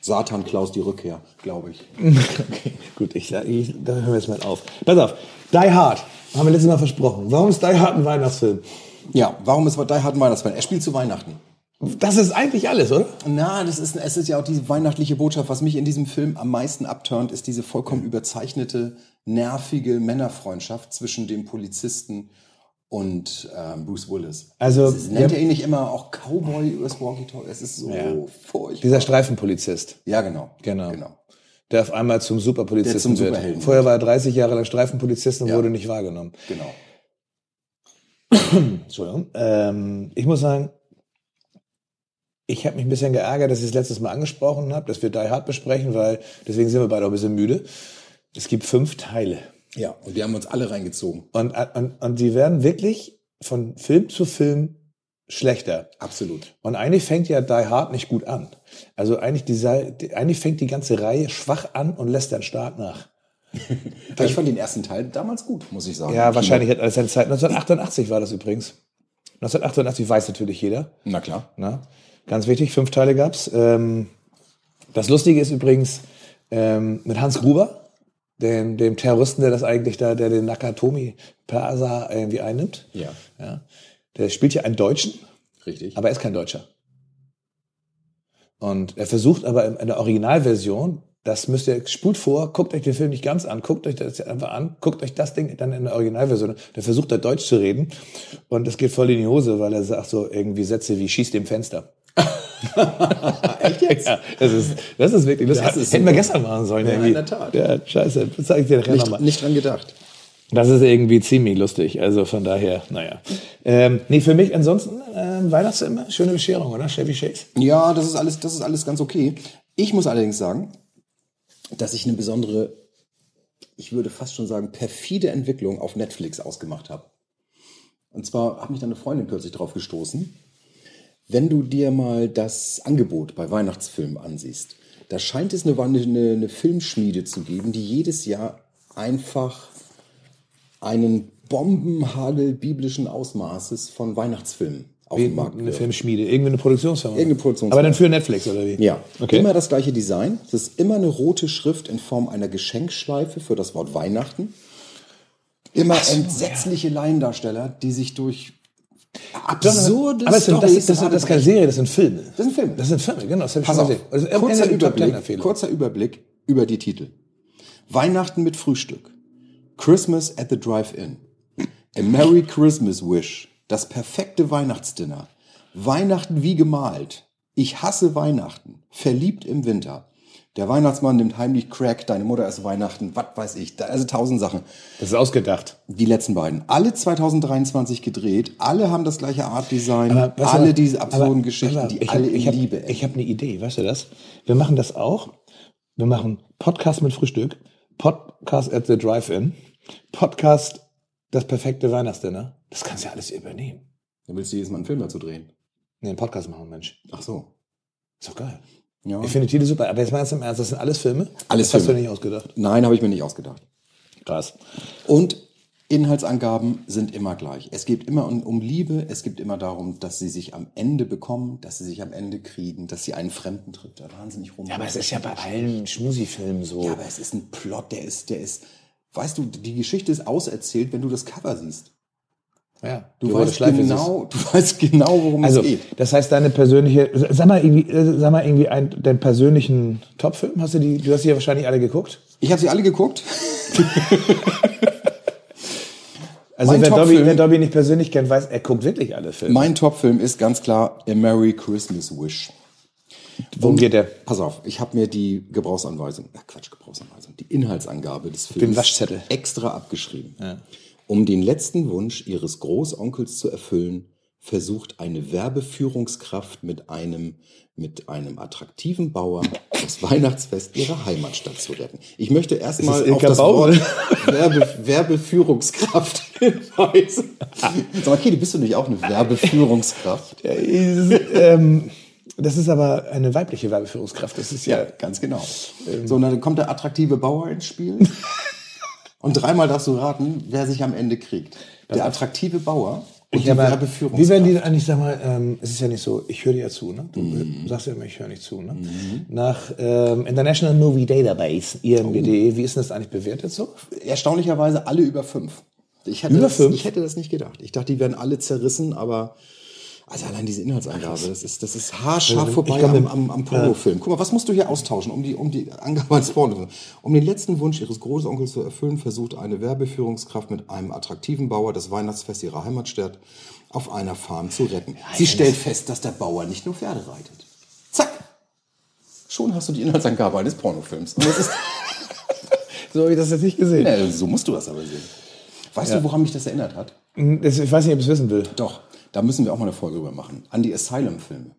S2: Satan Klaus die Rückkehr, glaube ich.
S1: Okay, gut, ich, ich, da hören wir jetzt mal auf. Pass auf, Die Hard, haben wir letztes Mal versprochen. Warum ist Die Hard ein Weihnachtsfilm?
S2: Ja, warum ist Die Hard ein Weihnachtsfilm? Er spielt zu Weihnachten.
S1: Das ist eigentlich alles, oder?
S2: Na, das ist, es ist ja auch diese weihnachtliche Botschaft. Was mich in diesem Film am meisten abturnt, ist diese vollkommen überzeichnete, nervige Männerfreundschaft zwischen dem Polizisten und ähm, Bruce Willis.
S1: Also,
S2: es ist, nennt
S1: ja-
S2: er ihn nicht immer auch Cowboy übers Walkie-Talkie? Es ist so
S1: Ja.
S2: furchtbar.
S1: Dieser Streifenpolizist.
S2: Ja, genau.
S1: Genau.
S2: genau.
S1: der auf einmal zum Superpolizisten
S2: Der zum
S1: wird.
S2: Superhelden.
S1: Vorher war er 30 Jahre lang Streifenpolizist und wurde nicht wahrgenommen.
S2: genau.
S1: Entschuldigung. Ähm, ich muss sagen, ich habe mich ein bisschen geärgert, dass ich es letztes Mal angesprochen habe, dass wir Die Hard besprechen, weil deswegen sind wir beide auch ein bisschen müde. Es gibt fünf Teile.
S2: Ja, und die haben uns alle reingezogen.
S1: Und, und, und die werden wirklich von Film zu Film schlechter.
S2: Absolut.
S1: Und eigentlich fängt ja Die Hard nicht gut an. Also eigentlich, dieser, die, eigentlich fängt die ganze Reihe schwach an und lässt dann stark nach.
S2: Aber ich fand den ersten Teil damals gut, muss ich sagen.
S1: Ja, wahrscheinlich hat alles seine Zeit. 1988 war das übrigens. 1988 weiß natürlich jeder.
S2: Na klar.
S1: Ne? Ganz wichtig, fünf Teile gab's. Ähm, das Lustige ist übrigens ähm, mit Hans Gruber, dem, dem Terroristen, der das eigentlich da, der den Nakatomi Plaza irgendwie einnimmt.
S2: Ja,
S1: Ja. Der spielt ja einen Deutschen,
S2: richtig.
S1: aber er ist kein Deutscher. Und er versucht aber in in der Originalversion, das müsst ihr, spult vor, guckt euch den Film nicht ganz an, guckt euch das einfach an, guckt euch das Ding dann in der Originalversion. an. Der versucht da Deutsch zu reden und es geht voll in die Hose, weil er sagt so irgendwie Sätze wie schieß dem Fenster.
S2: Echt jetzt?
S1: Ja, das ist, das ist wirklich lustig.
S2: Das ist
S1: Hätten wir
S2: super.
S1: gestern machen sollen.
S2: Ja,
S1: irgendwie.
S2: in der Tat.
S1: Ja, scheiße, das zeige ich dir nachher
S2: Nicht,
S1: nochmal.
S2: nicht dran gedacht.
S1: Das ist irgendwie ziemlich lustig, also von daher, naja. Ähm, nee, für mich ansonsten ähm, Weihnachtsfilm, schöne Bescherung, oder? Chevy Chase.
S2: Ja, das ist alles, das ist alles ganz okay. Ich muss allerdings sagen, dass ich eine besondere, ich würde fast schon sagen, perfide Entwicklung auf Netflix ausgemacht habe. Und zwar hat mich da eine Freundin plötzlich drauf gestoßen. Wenn du dir mal das Angebot bei Weihnachtsfilmen ansiehst, da scheint es eine, eine, eine Filmschmiede zu geben, die jedes Jahr einfach einen Bombenhagel biblischen Ausmaßes von Weihnachtsfilmen auf den Markt
S1: Eine
S2: wirft.
S1: Filmschmiede, irgendeine eine Produktionsfirma.
S2: Irgendeine Produktionsfirma.
S1: Aber dann für Netflix, oder wie?
S2: Ja,
S1: Okay.
S2: immer das gleiche Design. Es ist immer eine rote Schrift in Form einer Geschenkschleife für das Wort Weihnachten. Immer entsetzliche Laiendarsteller, die sich durch absurde
S1: aber das, sind, das,
S2: Storys
S1: ist, das, sind, das ist keine Serie, das sind Filme.
S2: Das sind Filme.
S1: Das sind Filme, genau. Das hab ich
S2: Pass
S1: schon
S2: auf,
S1: gesehen. Also, äh,
S2: kurzer,
S1: äh, Top Ten
S2: Überblick,
S1: Empfehlung.
S2: kurzer Überblick über die Titel. Weihnachten mit Frühstück. Christmas at the Drive-In. A Merry Christmas Wish. Das perfekte Weihnachtsdinner. Weihnachten wie gemalt. Ich hasse Weihnachten. Verliebt im Winter. Der Weihnachtsmann nimmt heimlich Crack. Deine Mutter ist Weihnachten. Was weiß ich. Da, also tausend Sachen.
S1: Das ist ausgedacht.
S2: Die letzten beiden. Alle 2023 gedreht. Alle haben das gleiche Artdesign.
S1: Aber, weißt du
S2: Alle
S1: was?
S2: diese absurden
S1: Aber,
S2: Geschichten,
S1: aber
S2: die
S1: ich
S2: alle
S1: hab,
S2: in
S1: ich hab,
S2: Liebe enden.
S1: Ich habe eine Idee, weißt du das? Wir machen das auch. Wir machen Podcast mit Frühstück, Podcast at the Drive-In, Podcast das perfekte Weihnachtsdinner. Das kannst du ja alles übernehmen.
S2: Dann willst du jedes Mal einen Film dazu drehen.
S1: Nee, einen Podcast machen, Mensch.
S2: Ach so.
S1: Ist doch geil.
S2: Ja.
S1: Ich finde die Titel super. Aber jetzt mal ganz im Ernst, das sind alles Filme?
S2: Alles
S1: das hast du
S2: Filme.
S1: nicht ausgedacht.
S2: Nein, habe ich mir nicht ausgedacht.
S1: Krass.
S2: Und Inhaltsangaben sind immer gleich. Es geht immer um, um Liebe, es geht immer darum, dass sie sich am Ende bekommen, dass sie sich am Ende kriegen, dass sie einen Fremden trifft. Da wahnsinnig rum.
S1: Ja, aber es ist ja bei allen Schmusi-Filmen so.
S2: Ja, aber es ist ein Plot, der ist, der ist. Weißt du, die Geschichte ist auserzählt, wenn du das Cover siehst.
S1: Ja,
S2: Du
S1: die rote
S2: weißt
S1: Schleife ist es.
S2: genau, du weißt genau, worum
S1: Also,
S2: es geht.
S1: das heißt, deine persönliche, sag mal irgendwie, äh, sag mal irgendwie einen, deinen persönlichen Top-Film, hast du die, du hast die ja wahrscheinlich alle geguckt.
S2: Ich habe sie alle geguckt.
S1: Also,
S2: Mein
S1: wenn Dobby,
S2: Top-Film-
S1: wenn Dobby nicht persönlich kennt, weiß, er guckt wirklich alle Filme.
S2: Mein Topfilm ist ganz klar A Merry Christmas Wish.
S1: Worum geht der?
S2: Pass auf, ich habe mir die Gebrauchsanweisung, ach Quatsch, Gebrauchsanweisung, die Inhaltsangabe des Films
S1: Den Waschzettel.
S2: extra abgeschrieben. Um den letzten Wunsch ihres Großonkels zu erfüllen, versucht eine Werbeführungskraft mit einem, mit einem attraktiven Bauer das Weihnachtsfest ihrer Heimatstadt zu retten. Ich möchte erstmal
S1: Ilka
S2: auf das
S1: Bauer?
S2: Wort Werbe, Werbeführungskraft hinweisen. Sag mal, Kili, bist du nicht auch eine Werbeführungskraft?
S1: ähm, das ist aber eine weibliche Werbeführungskraft. Das ist ja,
S2: Ja, ganz genau. So, und dann kommt der attraktive Bauer ins Spiel. und dreimal darfst du raten, wer sich am Ende kriegt. Der attraktive Bauer und die
S1: aber Wie
S2: Werbeführungskraft.
S1: werden die denn eigentlich, sag mal, ähm, es ist ja nicht so, ich höre dir ja zu, ne? Du sagst ja immer, ich höre nicht zu, ne? Nach ähm, International Movie Database, IMDb, E, wie ist denn das eigentlich bewertet so?
S2: Erstaunlicherweise alle über fünf. Ich hätte,
S1: Über
S2: das,
S1: fünf?
S2: ich hätte das nicht gedacht. Ich dachte, die werden alle zerrissen, aber also allein diese Inhaltsangabe, das ist, das ist haarscharf
S1: ich Äh.
S2: vorbei
S1: glaube,
S2: am, am, am Pornofilm. Guck mal, was musst du hier austauschen, um die, um die Angabe als Pornofilm? Um den letzten Wunsch ihres Großonkels zu erfüllen, versucht eine Werbeführungskraft mit einem attraktiven Bauer das Weihnachtsfest ihrer Heimatstadt auf einer Farm zu retten. Sie stellt fest, dass der Bauer nicht nur Pferde reitet. Zack! Schon hast du die Inhaltsangabe eines Pornofilms. Und das ist
S1: So habe ich das jetzt nicht gesehen.
S2: ja, äh, so musst du das aber sehen. Weißt du, woran mich das erinnert hat?
S1: Das, ich weiß nicht, ob ich es wissen will.
S2: Doch, da müssen wir auch mal eine Folge drüber machen. An die Asylum-Filme.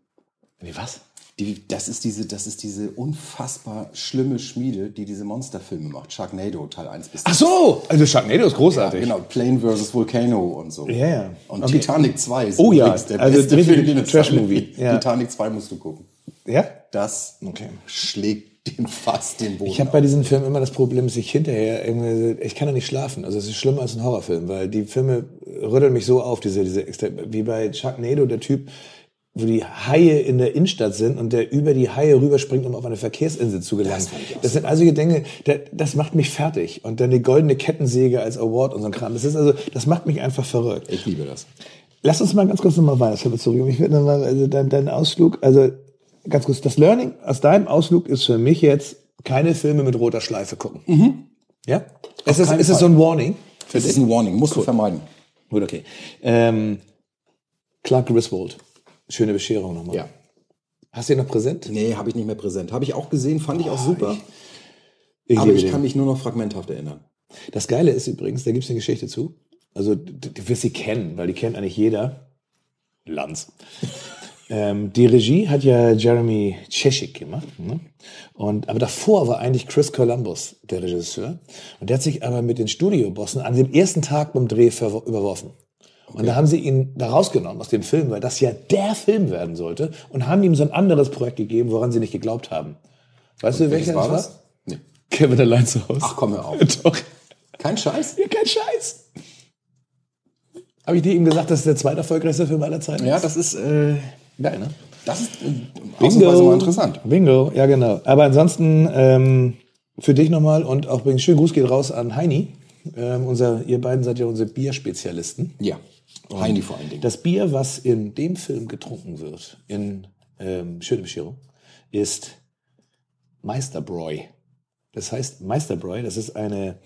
S1: Nee, was?
S2: Die, das, ist diese, das ist diese unfassbar schlimme Schmiede, die diese Monsterfilme macht. Sharknado Teil 1 bis
S1: Ach so! Also Sharknado ist
S2: Ja,
S1: großartig.
S2: genau, Plane vs. Volcano und so.
S1: Ja, ja.
S2: Und
S1: Okay.
S2: Titanic 2 ist
S1: Oh ja,
S2: übrigens der
S1: also
S2: beste
S1: richtig
S2: Film, den es
S1: Trash-Movie.
S2: gibt.
S1: Ja.
S2: Titanic 2 musst du gucken.
S1: Ja?
S2: Das
S1: Okay.
S2: schlägt den fast den Boden
S1: Ich habe bei diesen Filmen immer das Problem, dass ich hinterher irgendwie, ich kann ja nicht schlafen. Also es ist schlimmer als ein Horrorfilm, weil die Filme rütteln mich so auf, diese, diese extra, wie bei Sharknado, der Typ, wo die Haie in der Innenstadt sind und der über die Haie rüberspringt, um auf eine Verkehrsinsel zu gelangen. Das, sind also Dinge, da- das macht mich fertig. Und dann die goldene Kettensäge als Award und so ein Kram. Das ist also, das macht mich einfach verrückt.
S2: Ich liebe das.
S1: Lass uns mal ganz kurz nochmal Weihnachtsfilme zurückgehen. Ich würde nochmal, also dein, dein Ausflug, also ganz kurz, das Learning aus deinem Ausflug ist für mich jetzt, keine Filme mit roter Schleife gucken. Ja? Ist das,
S2: keinen
S1: ist das
S2: Fall.
S1: so ein Warning?
S2: Das ist ein Warning, musst du vermeiden.
S1: Gut, okay. Ähm, Clark Griswold. Schöne Bescherung nochmal.
S2: Ja.
S1: Hast du ihn noch präsent?
S2: Nee, habe ich nicht mehr präsent. Habe ich auch gesehen, fand ich auch super.
S1: Ah, Ich
S2: aber
S1: liebe
S2: ich
S1: den.
S2: kann mich nur noch fragmenthaft erinnern.
S1: Das Geile ist übrigens, da gibt es eine Geschichte zu. Also, du du wirst sie kennen, weil die kennt eigentlich jeder. Lanz. ähm, die Regie hat ja Jeremy Cheshik gemacht. Ne? Und, aber davor war eigentlich Chris Columbus der Regisseur. Und der hat sich aber mit den Studiobossen an dem ersten Tag beim Dreh verw- überworfen. Und da haben sie ihn da rausgenommen aus dem Film, weil das ja der Film werden sollte. Und haben ihm so ein anderes Projekt gegeben, woran sie nicht geglaubt haben. Weißt du, welcher das war?
S2: Nee.
S1: Kevin allein zu Hause.
S2: Ach komm, hör auf.
S1: Doch.
S2: Kein Scheiß.
S1: Ja, kein Scheiß. Habe ich dir eben gesagt, das ist der zweiterfolgreichste Film aller Zeiten?
S2: Ja, das ist, äh,
S1: Geil, ne?
S2: das ist äh, ausnahmsweise mal interessant.
S1: Bingo, ja genau. Aber ansonsten ähm, für dich nochmal und auch übrigens schönen Gruß geht raus an Heini. Ähm, unser, ihr beiden seid ja unsere Bierspezialisten.
S2: Ja. Heini vor allen Dingen.
S1: Das Bier, was in dem Film getrunken wird, in ähm, Schöne Bescherung, ist Meisterbräu. Das heißt Meisterbräu, das ist eine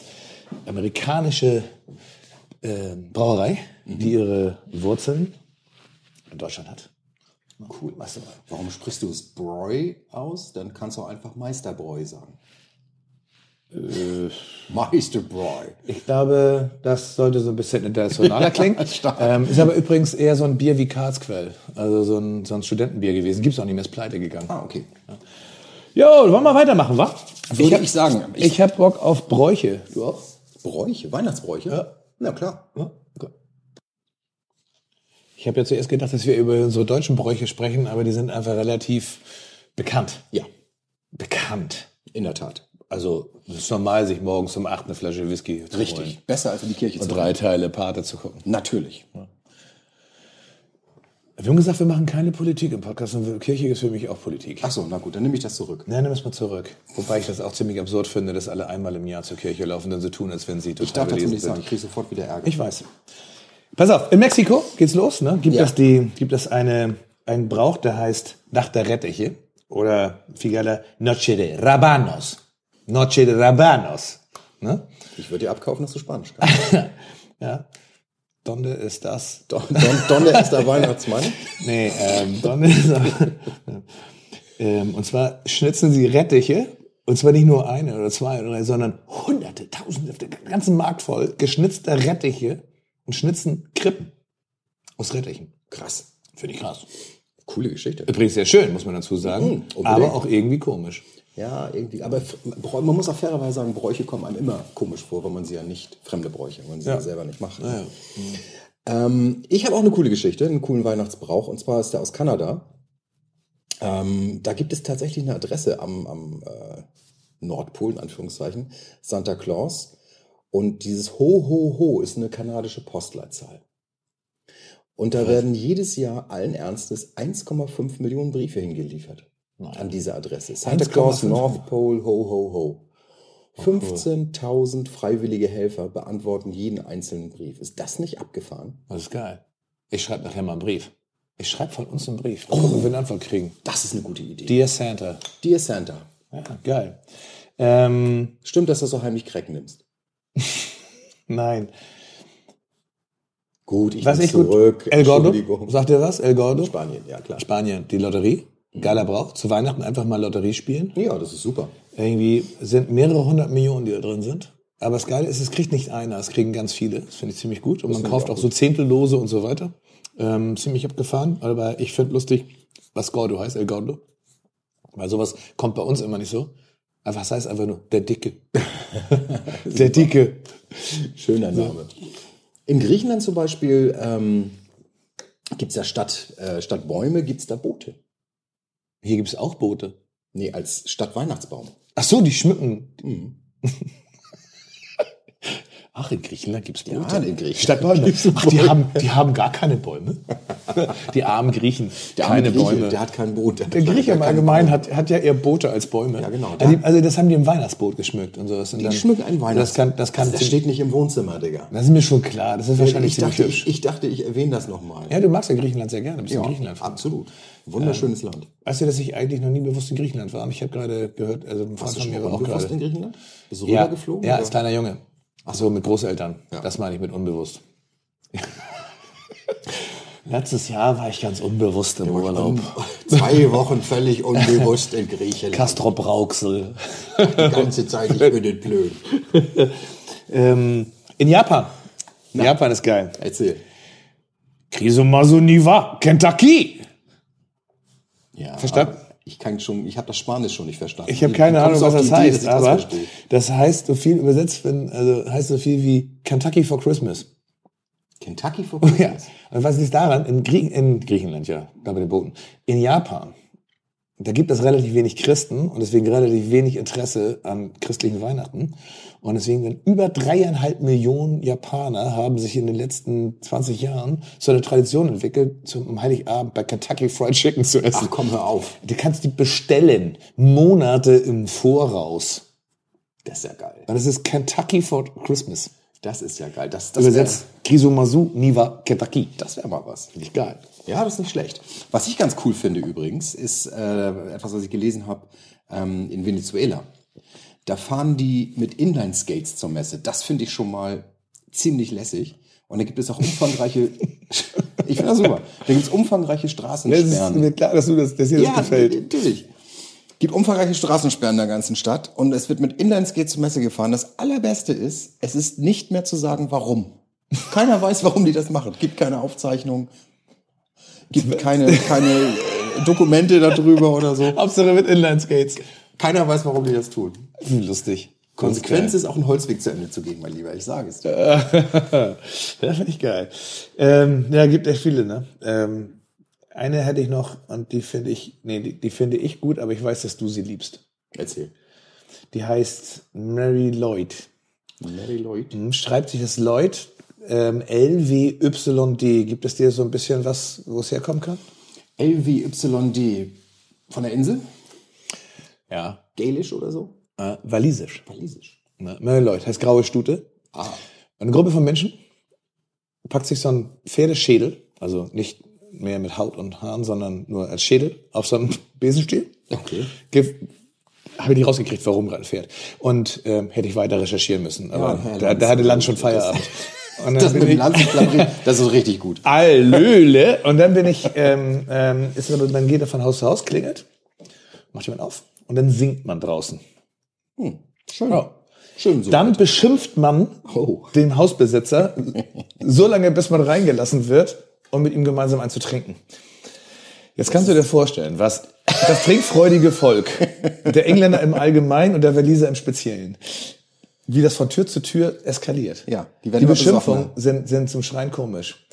S1: amerikanische ähm, Brauerei, die ihre Wurzeln in Deutschland hat. Cool, Meisterbräu.
S2: Warum sprichst du es Bräu aus? Dann kannst du auch einfach Meisterbräu sagen. Äh. Meisterbräu.
S1: Ich glaube, das sollte so ein bisschen internationaler klingen.
S2: stark.
S1: ähm, ist aber übrigens eher so ein Bier wie Karlsquell. Also so ein, so ein Studentenbier gewesen. Gibt's auch nicht mehr, ist pleite gegangen.
S2: Ah, okay.
S1: Jo, wollen wir weitermachen, wa?
S2: Würde ich, sagen.
S1: Ich, hab Bock auf Bräuche. Du auch?
S2: Bräuche, Weihnachtsbräuche?
S1: Ja.
S2: Na klar.
S1: Oh, Ich habe ja zuerst gedacht, dass wir über unsere deutschen Bräuche sprechen, aber die sind einfach relativ bekannt.
S2: Ja,
S1: Bekannt.
S2: in der Tat.
S1: Also, es ist normal, sich morgens um acht eine Flasche Whisky zu
S2: Richtig.
S1: holen.
S2: Besser als in die Kirche
S1: Und
S2: zu
S1: drei Teile Pate zu gucken.
S2: Natürlich.
S1: Wir haben gesagt, wir machen keine Politik im Podcast und Kirche ist für mich auch Politik.
S2: Achso, na gut, dann nehme ich das zurück.
S1: Nein, nimm es mal zurück. Wobei ich das auch ziemlich absurd finde, dass alle einmal im Jahr zur Kirche laufen, dann so tun, als wenn sie total
S2: Ich darf dazu
S1: belesen
S2: nicht
S1: sind.
S2: sagen, ich kriege sofort wieder Ärger.
S1: Ich weiß. Pass auf, in Mexiko geht's los, ne? Gibt
S2: Ja.
S1: es die, gibt es eine, einen Brauch, der heißt Nacht der Rettiche oder Figala Noche de Rabanos. Noche de Rabanos, ne?
S2: Ich würde dir abkaufen, dass du Spanisch kannst.
S1: Ja. Donde ist das?
S2: Don, Don, Donner ist der Weihnachtsmann.
S1: Nee, ähm, Donne ist aber, ähm, Und zwar schnitzen sie Rettiche. Und zwar nicht nur eine oder zwei oder drei, sondern hunderte, tausende, auf den ganzen Markt voll geschnitzter Rettiche und schnitzen Krippen aus Rettichen.
S2: Krass.
S1: Finde ich krass.
S2: Coole Geschichte.
S1: Übrigens sehr schön, muss man dazu sagen.
S2: Mhm, unbedingt.
S1: aber auch irgendwie komisch.
S2: Ja, irgendwie. Aber f- Bräu- man muss auch fairerweise sagen, Bräuche kommen einem immer komisch vor, wenn man sie ja nicht, fremde Bräuche, wenn man sie ja. selber nicht macht. Ähm, ich habe auch eine coole Geschichte, einen coolen Weihnachtsbrauch. Und zwar ist der aus Kanada. Ähm, da gibt es tatsächlich eine Adresse am, am äh, Nordpol, in Anführungszeichen, Santa Claus. Und dieses Ho, Ho, Ho ist eine kanadische Postleitzahl. Und da werden jedes Jahr allen Ernstes 1,5 Millionen Briefe hingeliefert an diese Adresse. Santa Claus
S1: 1,5
S2: North Pole, ho, ho,
S1: Oh,
S2: ho. 15.000 freiwillige Helfer beantworten jeden einzelnen Brief. Ist das nicht abgefahren?
S1: Das ist geil. Ich schreibe nachher mal einen Brief. Ich schreibe von uns einen Brief. Oh. wir eine Antwort kriegen.
S2: Das ist eine gute Idee.
S1: Dear Santa.
S2: Dear Santa,
S1: Ja, geil. Ähm,
S2: stimmt, dass du so heimlich Crack nimmst?
S1: nein.
S2: Gut, ich
S1: Was
S2: nehm's
S1: ich gut.
S2: zurück.
S1: El Gordo.
S2: Entschuldigung.
S1: Sagt ihr was? El Gordo?
S2: Spanien, Mhm. ja klar.
S1: Spanien. Die Lotterie. Geiler Brauch. Zu Weihnachten einfach mal Lotterie spielen.
S2: Ja, das ist super.
S1: Irgendwie sind mehrere hundert Millionen, die da drin sind. Aber das Geile ist, es kriegt nicht einer, es kriegen ganz viele. Das finde ich ziemlich gut. Und man
S2: finde ich
S1: kauft
S2: auch
S1: auch so Zehntellose und so weiter. Ähm, ziemlich abgefahren. Aber ich finde lustig, was Gordo heißt, El Gordo. Weil sowas kommt bei uns immer nicht so. Einfach es heißt einfach nur der Dicke. der Dicke.
S2: Schöner Name. In Griechenland zum Beispiel ähm, gibt es ja statt, äh, statt Bäume gibt es da Boote.
S1: Hier gibt es auch Boote.
S2: Nee, als statt Weihnachtsbaum.
S1: Ach so, die schmücken.
S2: Mhm.
S1: Ach, in Griechenland gibt es
S2: Ja,
S1: Boote.
S2: in Griechenland
S1: Statt Bäume.
S2: gibt's
S1: Ach, die haben, die haben gar keine Bäume. Die armen Griechen.
S2: Der
S1: keine
S2: arme Grieche,
S1: Bäume.
S2: Der hat kein Boot.
S1: Der Grieche im Allgemeinen hat, hat ja eher Boote als Bäume.
S2: Ja, genau.
S1: Also, die- also das haben die im Weihnachtsboot geschmückt und sowas. Und
S2: Die schmücken einen Weihnachts.
S1: Das kann, das kann,
S2: das steht nicht im Wohnzimmer, Digga.
S1: das ist mir schon klar. Das ist wahrscheinlich
S2: Ich dachte,
S1: ziemlich hübsch.
S2: ich, ich dachte, ich erwähne das nochmal.
S1: Ja, du magst ja Griechenland sehr gerne. Du bist in Griechenland.
S2: absolut. Wunderschönes Land.
S1: Weißt du, dass ich eigentlich noch nie bewusst in Griechenland war? Ich habe gerade gehört, also ein Freund von mir war auch
S2: unbewusst
S1: gerade.
S2: in Griechenland? Bist du
S1: Ja,
S2: rübergeflogen?
S1: ja
S2: oder?
S1: als kleiner Junge. Ach so, mit Großeltern.
S2: Ja.
S1: Das meine ich mit unbewusst. Letztes Jahr war ich ganz unbewusst im Urlaub.
S2: Zwei Wochen völlig unbewusst in Griechenland.
S1: Castro Brauxel.
S2: Die ganze Zeit, ich bin in Blöd.
S1: Ähm, in Japan. Japan ist geil.
S2: Erzähl.
S1: Krisomasu Niwa, Kentucky.
S2: Ja,
S1: Verstanden?
S2: aber Ich kann schon, ich habe das Spanisch schon nicht verstanden.
S1: Ich habe
S2: Wie
S1: keine Ahnung,
S2: kommst du
S1: was
S2: auf
S1: das
S2: die Idee, dass
S1: heißt,
S2: ich
S1: aber das,
S2: verstehe?
S1: heißt so viel übersetzt, wenn, also heißt so viel wie Kentucky for Christmas.
S2: Kentucky vor
S1: Ja.
S2: Christmas.
S1: Und was ist daran? In, Grie in Griechenland, ja, da bei den Booten. In Japan, da gibt es relativ wenig Christen und deswegen relativ wenig Interesse an christlichen Weihnachten. Und deswegen sind über dreieinhalb Millionen Japaner haben sich in den letzten 20 Jahren so eine Tradition entwickelt, zum Heiligabend bei Kentucky Fried Chicken zu essen.
S2: Ach Also komm, hör auf.
S1: Du kannst die bestellen, Monate im Voraus.
S2: Das ist ja geil.
S1: Und das ist Kentucky for Christmas.
S2: Das ist ja geil. Das, das
S1: Übersetzt Krisomasu Niwa Kentucky.
S2: wär- Das wäre mal was.
S1: Finde ich geil.
S2: Ja, das ist nicht schlecht. Was ich ganz cool finde übrigens, ist äh, etwas, was ich gelesen habe ähm, in Venezuela. Da fahren die mit Inline-Skates zur Messe. Das finde ich schon mal ziemlich lässig. Und da gibt es auch umfangreiche. ich finde das super. Da gibt es umfangreiche
S1: Das ist
S2: Straßensperren.
S1: mir klar, dass, du das, dass dir das gefällt.
S2: natürlich. Gibt umfangreiche Straßensperren in der ganzen Stadt und es wird mit Inlineskates zur Messe gefahren. Das Allerbeste ist, es ist nicht mehr zu sagen, warum. Keiner weiß, warum die das machen. Gibt keine Aufzeichnung, gibt keine, keine äh, Dokumente darüber oder so.
S1: Hauptsache mit Inlineskates.
S2: Keiner weiß, warum die das tun.
S1: Hm, Lustig.
S2: Konsequenz ist auch einen Holzweg zu Ende zu gehen, mein Lieber. Ich sage es. dir.
S1: Ja, finde ich geil. Ähm, ja, gibt echt viele, ne? Ähm, eine hätte ich noch und die finde ich, nee, die, die finde ich gut, aber ich weiß, dass du sie liebst.
S2: Erzähl.
S1: Die heißt Mary Lloyd.
S2: Mary Lloyd.
S1: Hm, Schreibt sich das Lloyd. Ähm, LWYD. Gibt es dir so ein bisschen was, wo es herkommen kann?
S2: LWYD. Von der Insel?
S1: Ja.
S2: Gälisch oder so?
S1: Äh, Walisisch.
S2: Walisisch.
S1: Ne? Mary Lloyd heißt graue Stute.
S2: Ah.
S1: Eine Gruppe von Menschen packt sich so einen Pferdeschädel, also nicht mehr mit Haut und Haaren, sondern nur als Schädel auf so einen Besenstiel.
S2: Okay.
S1: Ge- Habe ich nicht rausgekriegt, warum gerade fährt. Und ähm, hätte ich weiter recherchieren müssen. Aber
S2: Ja, Herr
S1: da, da
S2: Lanz,
S1: hatte Land schon Feierabend. Und dann
S2: Das
S1: bin
S2: mit dem
S1: ich,
S2: Lanzenklappern, das ist richtig gut.
S1: Allöle. Und dann bin ich, ähm, ähm, ist, aber- dann geht er von Haus zu Haus, klingelt, macht jemand auf und dann singt man draußen.
S2: Hm, Schön. Schön so.
S1: Dann beschimpft man
S2: Oh.
S1: den Hausbesitzer so lange, bis man reingelassen wird, um mit ihm gemeinsam einen zu trinken. Jetzt kannst du dir vorstellen, was das trinkfreudige Volk, der Engländer im Allgemeinen und der Waliser im Speziellen, wie das von Tür zu Tür eskaliert.
S2: Ja, die
S1: die,
S2: werden
S1: die
S2: immer
S1: Beschimpfungen
S2: besoffener.
S1: sind, sind zum Schreien komisch.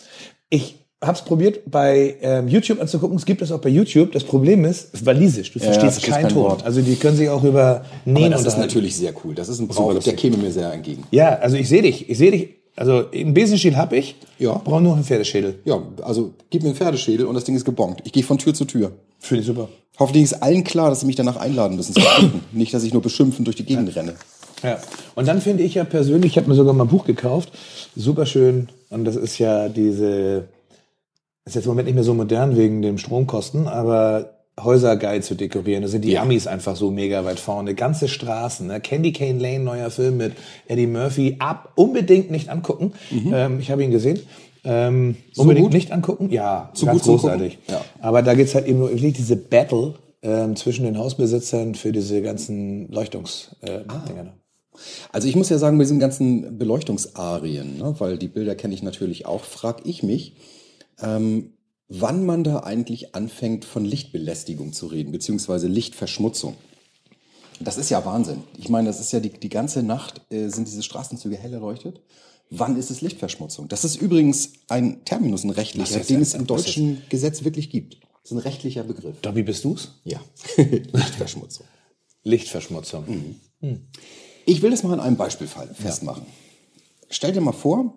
S1: Ich hab's probiert bei ähm, YouTube anzugucken. Es gibt es auch bei YouTube. Das Problem ist, walisisch. Du verstehst
S2: verstehst
S1: keinen
S2: kein
S1: kein Ton.
S2: Wort.
S1: Also die können sich auch über Nähen
S2: das ist
S1: unterhalten.
S2: natürlich sehr cool. Das ist ein Brauch, der käme mir sehr entgegen.
S1: Ja, also ich sehe dich. Ich sehe dich. Also einen Besenstiel hab ich.
S2: Ja.
S1: Brauche nur einen Pferdeschädel.
S2: Ja, also gib mir einen Pferdeschädel und das Ding ist gebongt. Ich gehe von Tür zu Tür.
S1: Finde ich super.
S2: Hoffentlich ist allen klar, dass sie mich danach einladen müssen. zum Trinken. Nicht, dass ich nur beschimpfend durch die Gegend renne.
S1: Ja. Und dann finde ich ja persönlich, ich habe mir sogar mal ein Buch gekauft. Super schön. Und das ist ja diese. Ist jetzt im Moment nicht mehr so modern wegen den Stromkosten, aber Häuser geil zu dekorieren. Da sind die Amis einfach so mega weit vorne. Ganze Straßen. Ne? Candy Cane Lane, neuer Film mit Eddie Murphy. Ab unbedingt nicht angucken. Ähm, ich habe ihn gesehen. Ähm, unbedingt
S2: Mhm. gut?
S1: nicht angucken. Ja, ganz
S2: gut zum
S1: großartig.
S2: Gucken? Ja.
S1: Aber da geht's halt eben nur wirklich diese Battle ähm, zwischen den Hausbesitzern für diese ganzen Leuchtungsdinger. Äh,
S2: Ah.
S1: Dinger.
S2: Also ich muss ja sagen, mit diesen ganzen Beleuchtungsarien, ne, weil die Bilder kenne ich natürlich auch, frage ich mich, ähm, wann man da eigentlich anfängt, von Lichtbelästigung zu reden, beziehungsweise Lichtverschmutzung. Das ist ja Wahnsinn. Ich meine, das ist ja die, die ganze Nacht, äh, sind diese Straßenzüge hell erleuchtet. Wann ist es Lichtverschmutzung? Das ist übrigens ein Terminus, ein rechtlicher,
S1: ist
S2: den
S1: ein-
S2: es im
S1: das ist-
S2: deutschen Gesetz wirklich gibt. Das ist ein rechtlicher Begriff.
S1: Dobby, bist du's?
S2: Ja, Lichtverschmutzung.
S1: Lichtverschmutzung.
S2: Ich will das mal an einem Beispielfall festmachen. Stell dir mal vor,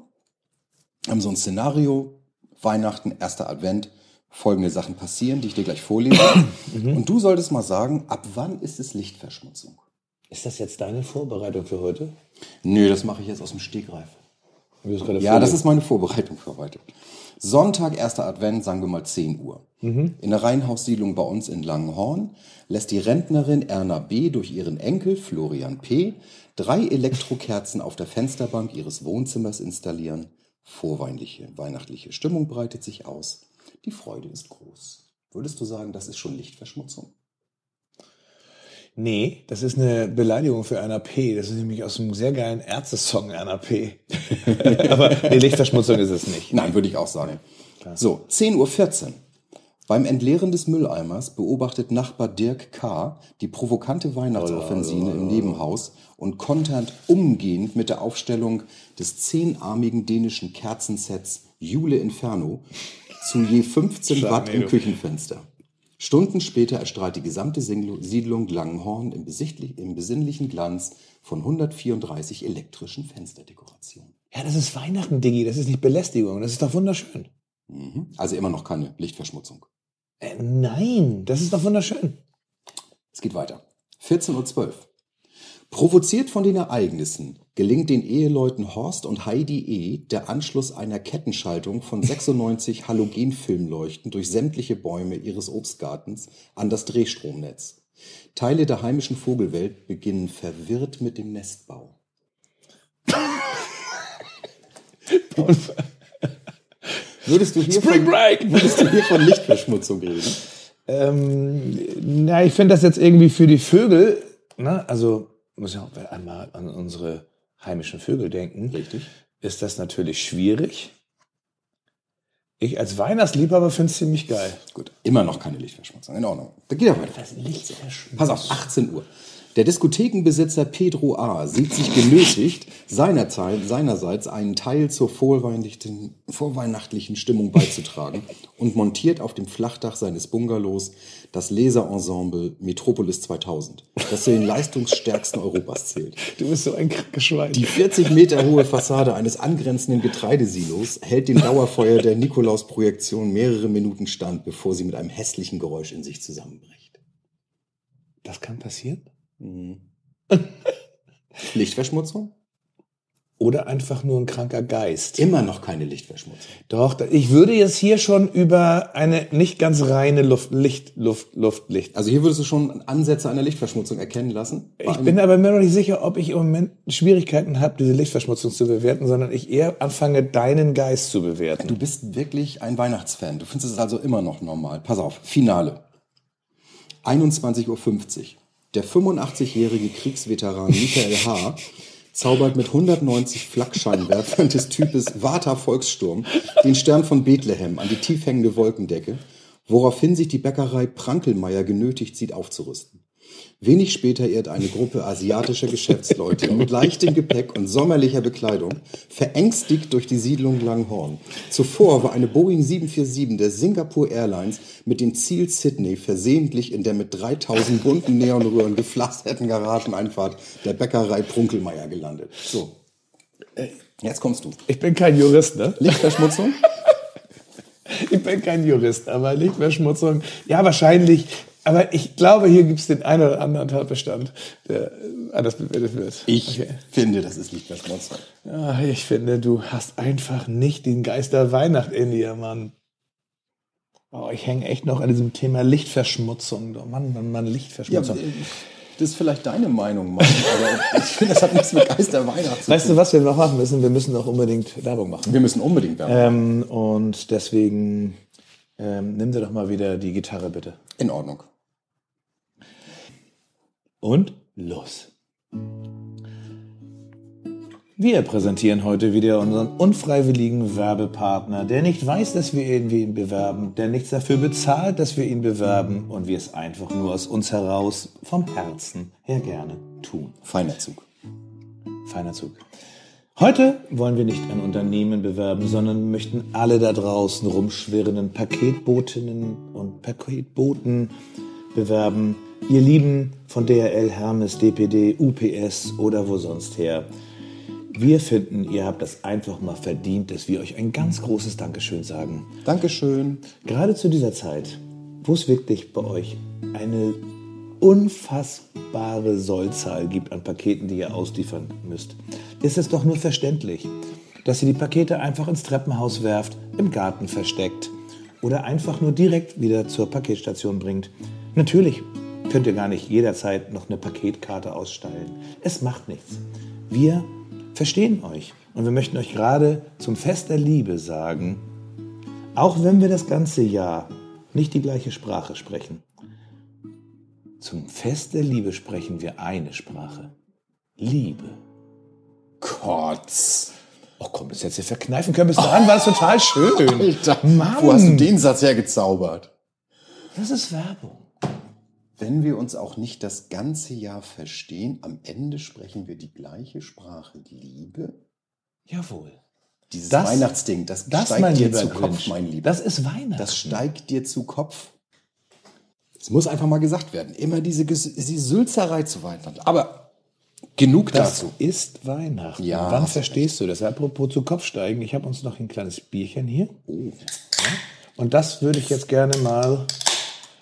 S2: wir haben so ein Szenario, Weihnachten, erster Advent, folgende Sachen passieren, die ich dir gleich vorlese. Und du solltest mal sagen, ab wann ist es Lichtverschmutzung?
S1: Ist das jetzt deine Vorbereitung für heute?
S2: Nö, das mache ich jetzt aus dem Stegreif.
S1: Hab ich das gerade
S2: Ja, das
S1: vorgelesen?
S2: ist meine Vorbereitung für heute. Sonntag, erster Advent, sagen wir mal 10 Uhr. In der Reihenhaussiedlung bei uns in Langenhorn lässt die Rentnerin Erna B. durch ihren Enkel Florian P. drei Elektrokerzen auf der Fensterbank ihres Wohnzimmers installieren. Vorweinliche, weihnachtliche Stimmung breitet sich aus. Die Freude ist groß. Würdest du sagen, das ist schon Lichtverschmutzung?
S1: Nee, das ist eine Beleidigung für NAP. Das ist nämlich aus einem sehr geilen Ärzte-Song NAP. aber nee, Lichtverschmutzung ist es nicht.
S2: Nein, würde ich auch sagen. So, 10.14 Uhr. Beim Entleeren des Mülleimers beobachtet Nachbar Dirk K. die provokante Weihnachtsoffensive im Nebenhaus und kontert umgehend mit der Aufstellung des zehnarmigen dänischen Kerzensets Jule Inferno zu je 15 Watt im Küchenfenster. Stunden später erstrahlt die gesamte Singlo- Siedlung Langenhorn im, besichtlich- im besinnlichen Glanz von 134 elektrischen Fensterdekorationen.
S1: Ja, das ist Weihnachten, Diggi. Das ist nicht Belästigung. Das ist doch wunderschön.
S2: Also immer noch keine Lichtverschmutzung.
S1: Äh, nein, das ist doch wunderschön.
S2: Es geht weiter. 14.12 Uhr. Provoziert von den Ereignissen gelingt den Eheleuten Horst und Heidi E. der Anschluss einer Kettenschaltung von 96 Halogenfilmleuchten durch sämtliche Bäume ihres Obstgartens an das Drehstromnetz. Teile der heimischen Vogelwelt beginnen verwirrt mit dem Nestbau. Würdest du hier, von,
S1: Break!
S2: würdest du hier von Lichtverschmutzung reden?
S1: Ähm, na, ich finde das jetzt irgendwie für die Vögel, ne? also muss ja auch einmal an unsere heimischen Vögel denken,
S2: Richtig.
S1: ist das natürlich schwierig. Ich als Weihnachtsliebhaber finde es ziemlich geil.
S2: Gut, immer noch keine Lichtverschmutzung. In Ordnung. Da geht er weiter.
S1: Das Licht erschmeckt.
S2: Pass auf, 18 Uhr. Der Diskothekenbesitzer Pedro A. sieht sich genötigt, seinerzeit, seinerseits einen Teil zur vorweihnachtlichen, vorweihnachtlichen Stimmung beizutragen und montiert auf dem Flachdach seines Bungalows das Laserensemble Metropolis 2000, das zu den leistungsstärksten Europas zählt.
S1: Du bist so ein Geschwein.
S2: Die 40 Meter hohe Fassade eines angrenzenden Getreidesilos hält dem Dauerfeuer der Nikolaus-Projektion mehrere Minuten stand, bevor sie mit einem hässlichen Geräusch in sich zusammenbricht.
S1: Das kann passieren.
S2: Lichtverschmutzung?
S1: Oder einfach nur ein kranker Geist.
S2: Immer noch keine Lichtverschmutzung.
S1: Doch, da- ich würde jetzt hier schon über eine nicht ganz reine Luft, Licht, Luft, Luft, Licht.
S2: Also hier würdest du schon Ansätze einer Lichtverschmutzung erkennen lassen. Bei
S1: Ich
S2: einem-
S1: bin aber mir noch nicht sicher, ob ich im Moment Schwierigkeiten habe, diese Lichtverschmutzung zu bewerten, sondern ich eher anfange, deinen Geist zu bewerten.
S2: du bist wirklich ein Weihnachtsfan. Du findest es also immer noch normal. Pass auf, Finale. 21.50 Uhr. Der 85-jährige Kriegsveteran Michael H. zaubert mit 190 Flackscheinwerfern des Types Vater Volkssturm den Stern von Bethlehem an die tief hängende Wolkendecke, woraufhin sich die Bäckerei Prankelmeier genötigt sieht, aufzurüsten. Wenig später irrt eine Gruppe asiatischer Geschäftsleute mit leichtem Gepäck und sommerlicher Bekleidung verängstigt durch die Siedlung Langhorn. Zuvor war eine Boeing 747 der Singapore Airlines mit dem Ziel Sydney versehentlich in der mit 3000 bunten Neonröhren gepflasterten Garageneinfahrt der Bäckerei Prunkelmeier gelandet. So. Äh, Jetzt kommst du.
S1: Ich bin kein Jurist, ne?
S2: Lichtverschmutzung?
S1: Ich bin kein Jurist, aber Lichtverschmutzung, ja, wahrscheinlich. Aber ich glaube, hier gibt es den einen oder anderen Tatbestand, der anders bewertet wird.
S2: Ich finde, das ist Lichtverschmutzung.
S1: Ach, ich finde, du hast einfach nicht den Geist der Weihnacht in dir, Mann. Oh, ich hänge echt noch an diesem Thema Lichtverschmutzung. Oh, Mann, Mann, Mann,
S2: Ja, äh,
S1: Lichtverschmutzung.
S2: das ist vielleicht deine Meinung, Mann. Aber ich finde, das hat nichts mit Geisterweihnachten zu
S1: weißt du, was wir noch machen müssen? Wir müssen noch unbedingt Werbung machen.
S2: Wir müssen unbedingt
S1: Ähm,
S2: werden.
S1: und deswegen ähm, nimm dir doch mal wieder die Gitarre, bitte.
S2: In Ordnung.
S1: Und los. Wir präsentieren heute wieder unseren unfreiwilligen Werbepartner, der nicht weiß, dass wir irgendwie ihn bewerben, der nichts dafür bezahlt, dass wir ihn bewerben und wir es einfach nur aus uns heraus vom Herzen her gerne tun.
S2: Feiner Zug.
S1: Feiner Zug. Heute wollen wir nicht ein Unternehmen bewerben, sondern möchten alle da draußen rumschwirrenden Paketbotinnen und Paketboten bewerben. Ihr Lieben von DHL, Hermes, DPD, UPS oder wo sonst her. Wir finden, ihr habt das einfach mal verdient, dass wir euch ein ganz großes Dankeschön sagen.
S2: Dankeschön.
S1: Gerade zu dieser Zeit, wo es wirklich bei euch eine unfassbare Sollzahl gibt an Paketen, die ihr ausliefern müsst, ist es doch nur verständlich, dass ihr die Pakete einfach ins Treppenhaus werft, im Garten versteckt oder einfach nur direkt wieder zur Paketstation bringt. Natürlich könnt ihr gar nicht jederzeit noch eine Paketkarte ausstellen. Es macht nichts. Wir verstehen euch und wir möchten euch gerade zum Fest der Liebe sagen, auch wenn wir das ganze Jahr nicht die gleiche Sprache sprechen, zum Fest der Liebe sprechen wir eine Sprache. Liebe.
S2: Kotz.
S1: Oh komm, das hättest du verkneifen können. Bis dahin war das total schön.
S2: Alter,
S1: Mann.
S2: wo hast du den Satz hergezaubert?
S1: Das ist Werbung.
S2: Wenn wir uns auch nicht das ganze Jahr verstehen, am Ende sprechen wir die gleiche Sprache. Liebe?
S1: Jawohl.
S2: Dieses
S1: Das-
S2: Weihnachtsding, das,
S1: Das,
S2: steigt
S1: mein
S2: dir
S1: lieber
S2: zu
S1: Grinch,
S2: Kopf, mein Lieber.
S1: das ist Weihnachten.
S2: Das steigt dir zu Kopf. Es muss einfach mal gesagt werden. Immer diese, Ges- die Sülzerei zu Weihnachten. Aber genug
S1: Das
S2: dazu.
S1: ist Weihnachten.
S2: Ja,
S1: Wann
S2: hast
S1: verstehst du das? Apropos zu Kopf steigen, ich habe uns noch ein kleines Bierchen hier.
S2: Oh.
S1: Ja. Und das würde ich jetzt gerne mal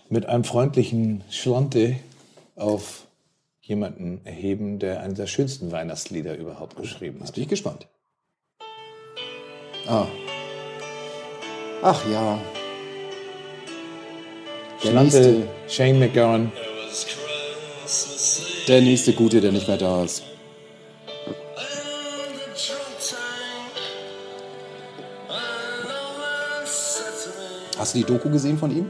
S1: mit einem freundlichen Schlante auf jemanden erheben, der einen der schönsten Weihnachtslieder überhaupt geschrieben hat.
S2: Bin ich gespannt. Ah. Ach ja. Der
S1: Schlante
S2: nächste,
S1: Shane McGowan.
S2: der nächste Gute, der nicht mehr da ist. Hast du die Doku gesehen von ihm?